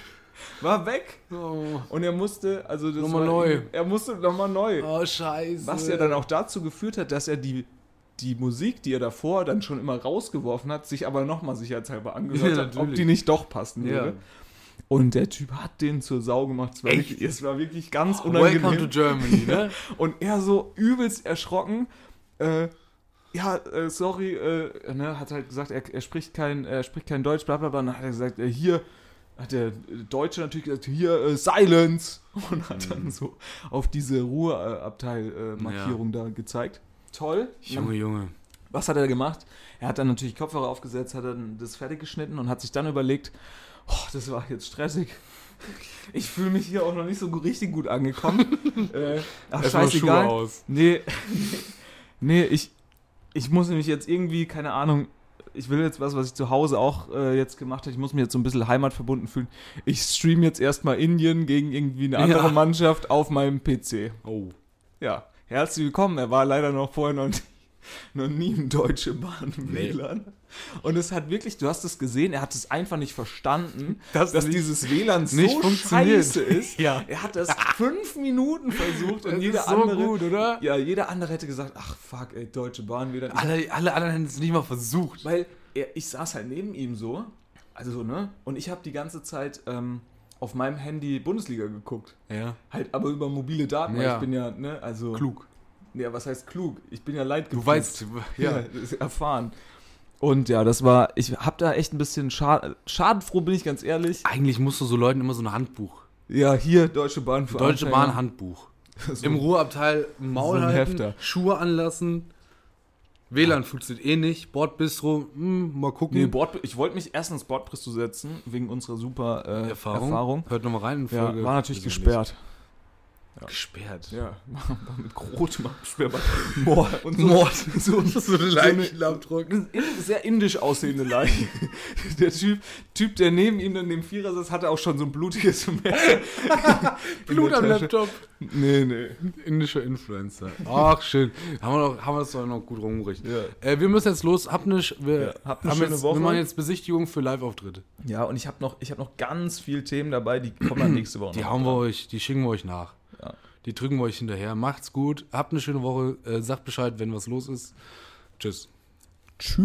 Speaker 4: War weg.
Speaker 3: Oh,
Speaker 4: Und er musste, also das
Speaker 3: Nochmal
Speaker 4: war
Speaker 3: neu.
Speaker 4: ihm- Er musste nochmal neu.
Speaker 3: oh, scheiße.
Speaker 4: Was ja dann auch dazu geführt hat, dass er die, die Musik, die er davor dann schon immer rausgeworfen hat, sich aber nochmal sicherheitshalber
Speaker 3: Ja,
Speaker 4: angehört hat, ob
Speaker 3: natürlich.
Speaker 4: die nicht doch passen
Speaker 3: Ja.
Speaker 4: würde. Und der Typ hat den zur Sau gemacht. Es war, wirklich, es war wirklich ganz unangenehm.
Speaker 3: Welcome to Germany, ne?
Speaker 4: Und er so übelst erschrocken, äh, ja, äh, sorry, äh, ne, hat halt gesagt, er, er, spricht kein, er spricht kein Deutsch, bla bla bla. Und dann hat er gesagt, äh, hier, hat der Deutsche natürlich gesagt, hier, äh, Silence. Und hat dann so auf diese Ruheabteil-Markierung da gezeigt. Toll. Dann
Speaker 3: Junge, Junge.
Speaker 4: was hat er gemacht? Er hat dann natürlich Kopfhörer aufgesetzt, hat dann das fertig geschnitten und hat sich dann überlegt, oh, das war jetzt stressig. Ich fühle mich hier auch noch nicht so gu- richtig gut angekommen. äh, ach,
Speaker 3: Erstmal Schuhe
Speaker 4: scheißegal.
Speaker 3: aus.
Speaker 4: Nee, nee, ich, ich muss nämlich jetzt irgendwie, keine Ahnung, ich will jetzt was, was ich zu Hause auch äh, jetzt gemacht habe. Ich muss mich jetzt so ein bisschen heimatverbunden fühlen. Ich stream jetzt erstmal Indien gegen irgendwie eine andere
Speaker 3: Ja.
Speaker 4: Mannschaft auf meinem PC.
Speaker 3: Oh.
Speaker 4: Ja, herzlich willkommen. Er war leider noch vorher noch nie, noch nie im Deutsche Bahn
Speaker 3: Nee.
Speaker 4: WLAN. Und es hat wirklich, du hast es gesehen, er hat es einfach nicht verstanden,
Speaker 3: Dass
Speaker 4: dass
Speaker 3: nicht-
Speaker 4: dieses WLAN so
Speaker 3: nicht funktioniert.
Speaker 4: scheiße ist.
Speaker 3: Ja.
Speaker 4: Er hat das fünf Minuten versucht und
Speaker 3: Das
Speaker 4: jeder
Speaker 3: ist so
Speaker 4: andere.
Speaker 3: gut, oder?
Speaker 4: Ja, jeder andere hätte gesagt, ach fuck, ey, Deutsche Bahn WLAN.
Speaker 3: Alle, alle anderen hätten es nicht mal versucht.
Speaker 4: Weil er, ich saß halt neben ihm so, also so, ne? Und ich habe die ganze Zeit ähm, auf meinem Handy Bundesliga geguckt.
Speaker 3: Ja.
Speaker 4: Halt aber über mobile Daten, weil
Speaker 3: Ja.
Speaker 4: ich bin ja, ne, also.
Speaker 3: Klug.
Speaker 4: Ja, was heißt klug? Ich bin ja leid
Speaker 3: Du weißt,
Speaker 4: ja,
Speaker 3: ja.
Speaker 4: das ist erfahren. Und ja, das war, ich hab da echt ein bisschen scha schadenfroh, bin ich ganz ehrlich.
Speaker 3: Eigentlich musst du so Leuten immer so ein Handbuch.
Speaker 4: Ja, hier Deutsche Bahn für
Speaker 3: Deutsche
Speaker 4: Anfänger.
Speaker 3: Bahn Handbuch.
Speaker 4: So.
Speaker 3: Im Ruheabteil Maul
Speaker 4: So ein
Speaker 3: halten,
Speaker 4: Hefter.
Speaker 3: Schuhe anlassen. WLAN funktioniert eh nicht. Bordbistro, hm, mal gucken.
Speaker 4: Nee, Bord, ich wollte mich erst ins Bordbrist setzen, wegen unserer super äh, Erfahrung.
Speaker 3: Erfahrung. Hört nochmal rein in
Speaker 4: Ja,
Speaker 3: Folge.
Speaker 4: war natürlich
Speaker 3: Persönlich.
Speaker 4: gesperrt.
Speaker 3: Gesperrt.
Speaker 4: Ja, war mit großem Absperrband. Mord. Und so,
Speaker 3: Mord.
Speaker 4: So, so eine in- sehr indisch aussehende Leiche. Der typ, typ, der neben ihm in dem Vierer saß, hatte auch schon so ein blutiges Messer.
Speaker 3: Blut am
Speaker 4: Tasche.
Speaker 3: Laptop.
Speaker 4: Nee, nee.
Speaker 3: Indischer Influencer. Ach, schön. Haben wir, noch, haben wir das doch noch gut rumgerichtet.
Speaker 4: Ja.
Speaker 3: Äh, wir müssen jetzt los. Habt eine, sch- wir,
Speaker 4: Ja, habt eine
Speaker 3: haben
Speaker 4: schöne
Speaker 3: jetzt,
Speaker 4: Woche.
Speaker 3: Wir machen jetzt Besichtigung für Live-Auftritte.
Speaker 4: Ja, und ich habe noch, ich hab noch ganz viel Themen dabei, die kommen dann nächste Woche.
Speaker 3: Die
Speaker 4: noch.
Speaker 3: hauen wir euch, die schicken wir euch nach. Die drücken wir euch hinterher. Macht's gut. Habt eine schöne Woche. Äh, sagt Bescheid, wenn was los ist. Tschüss.
Speaker 4: Tschüss.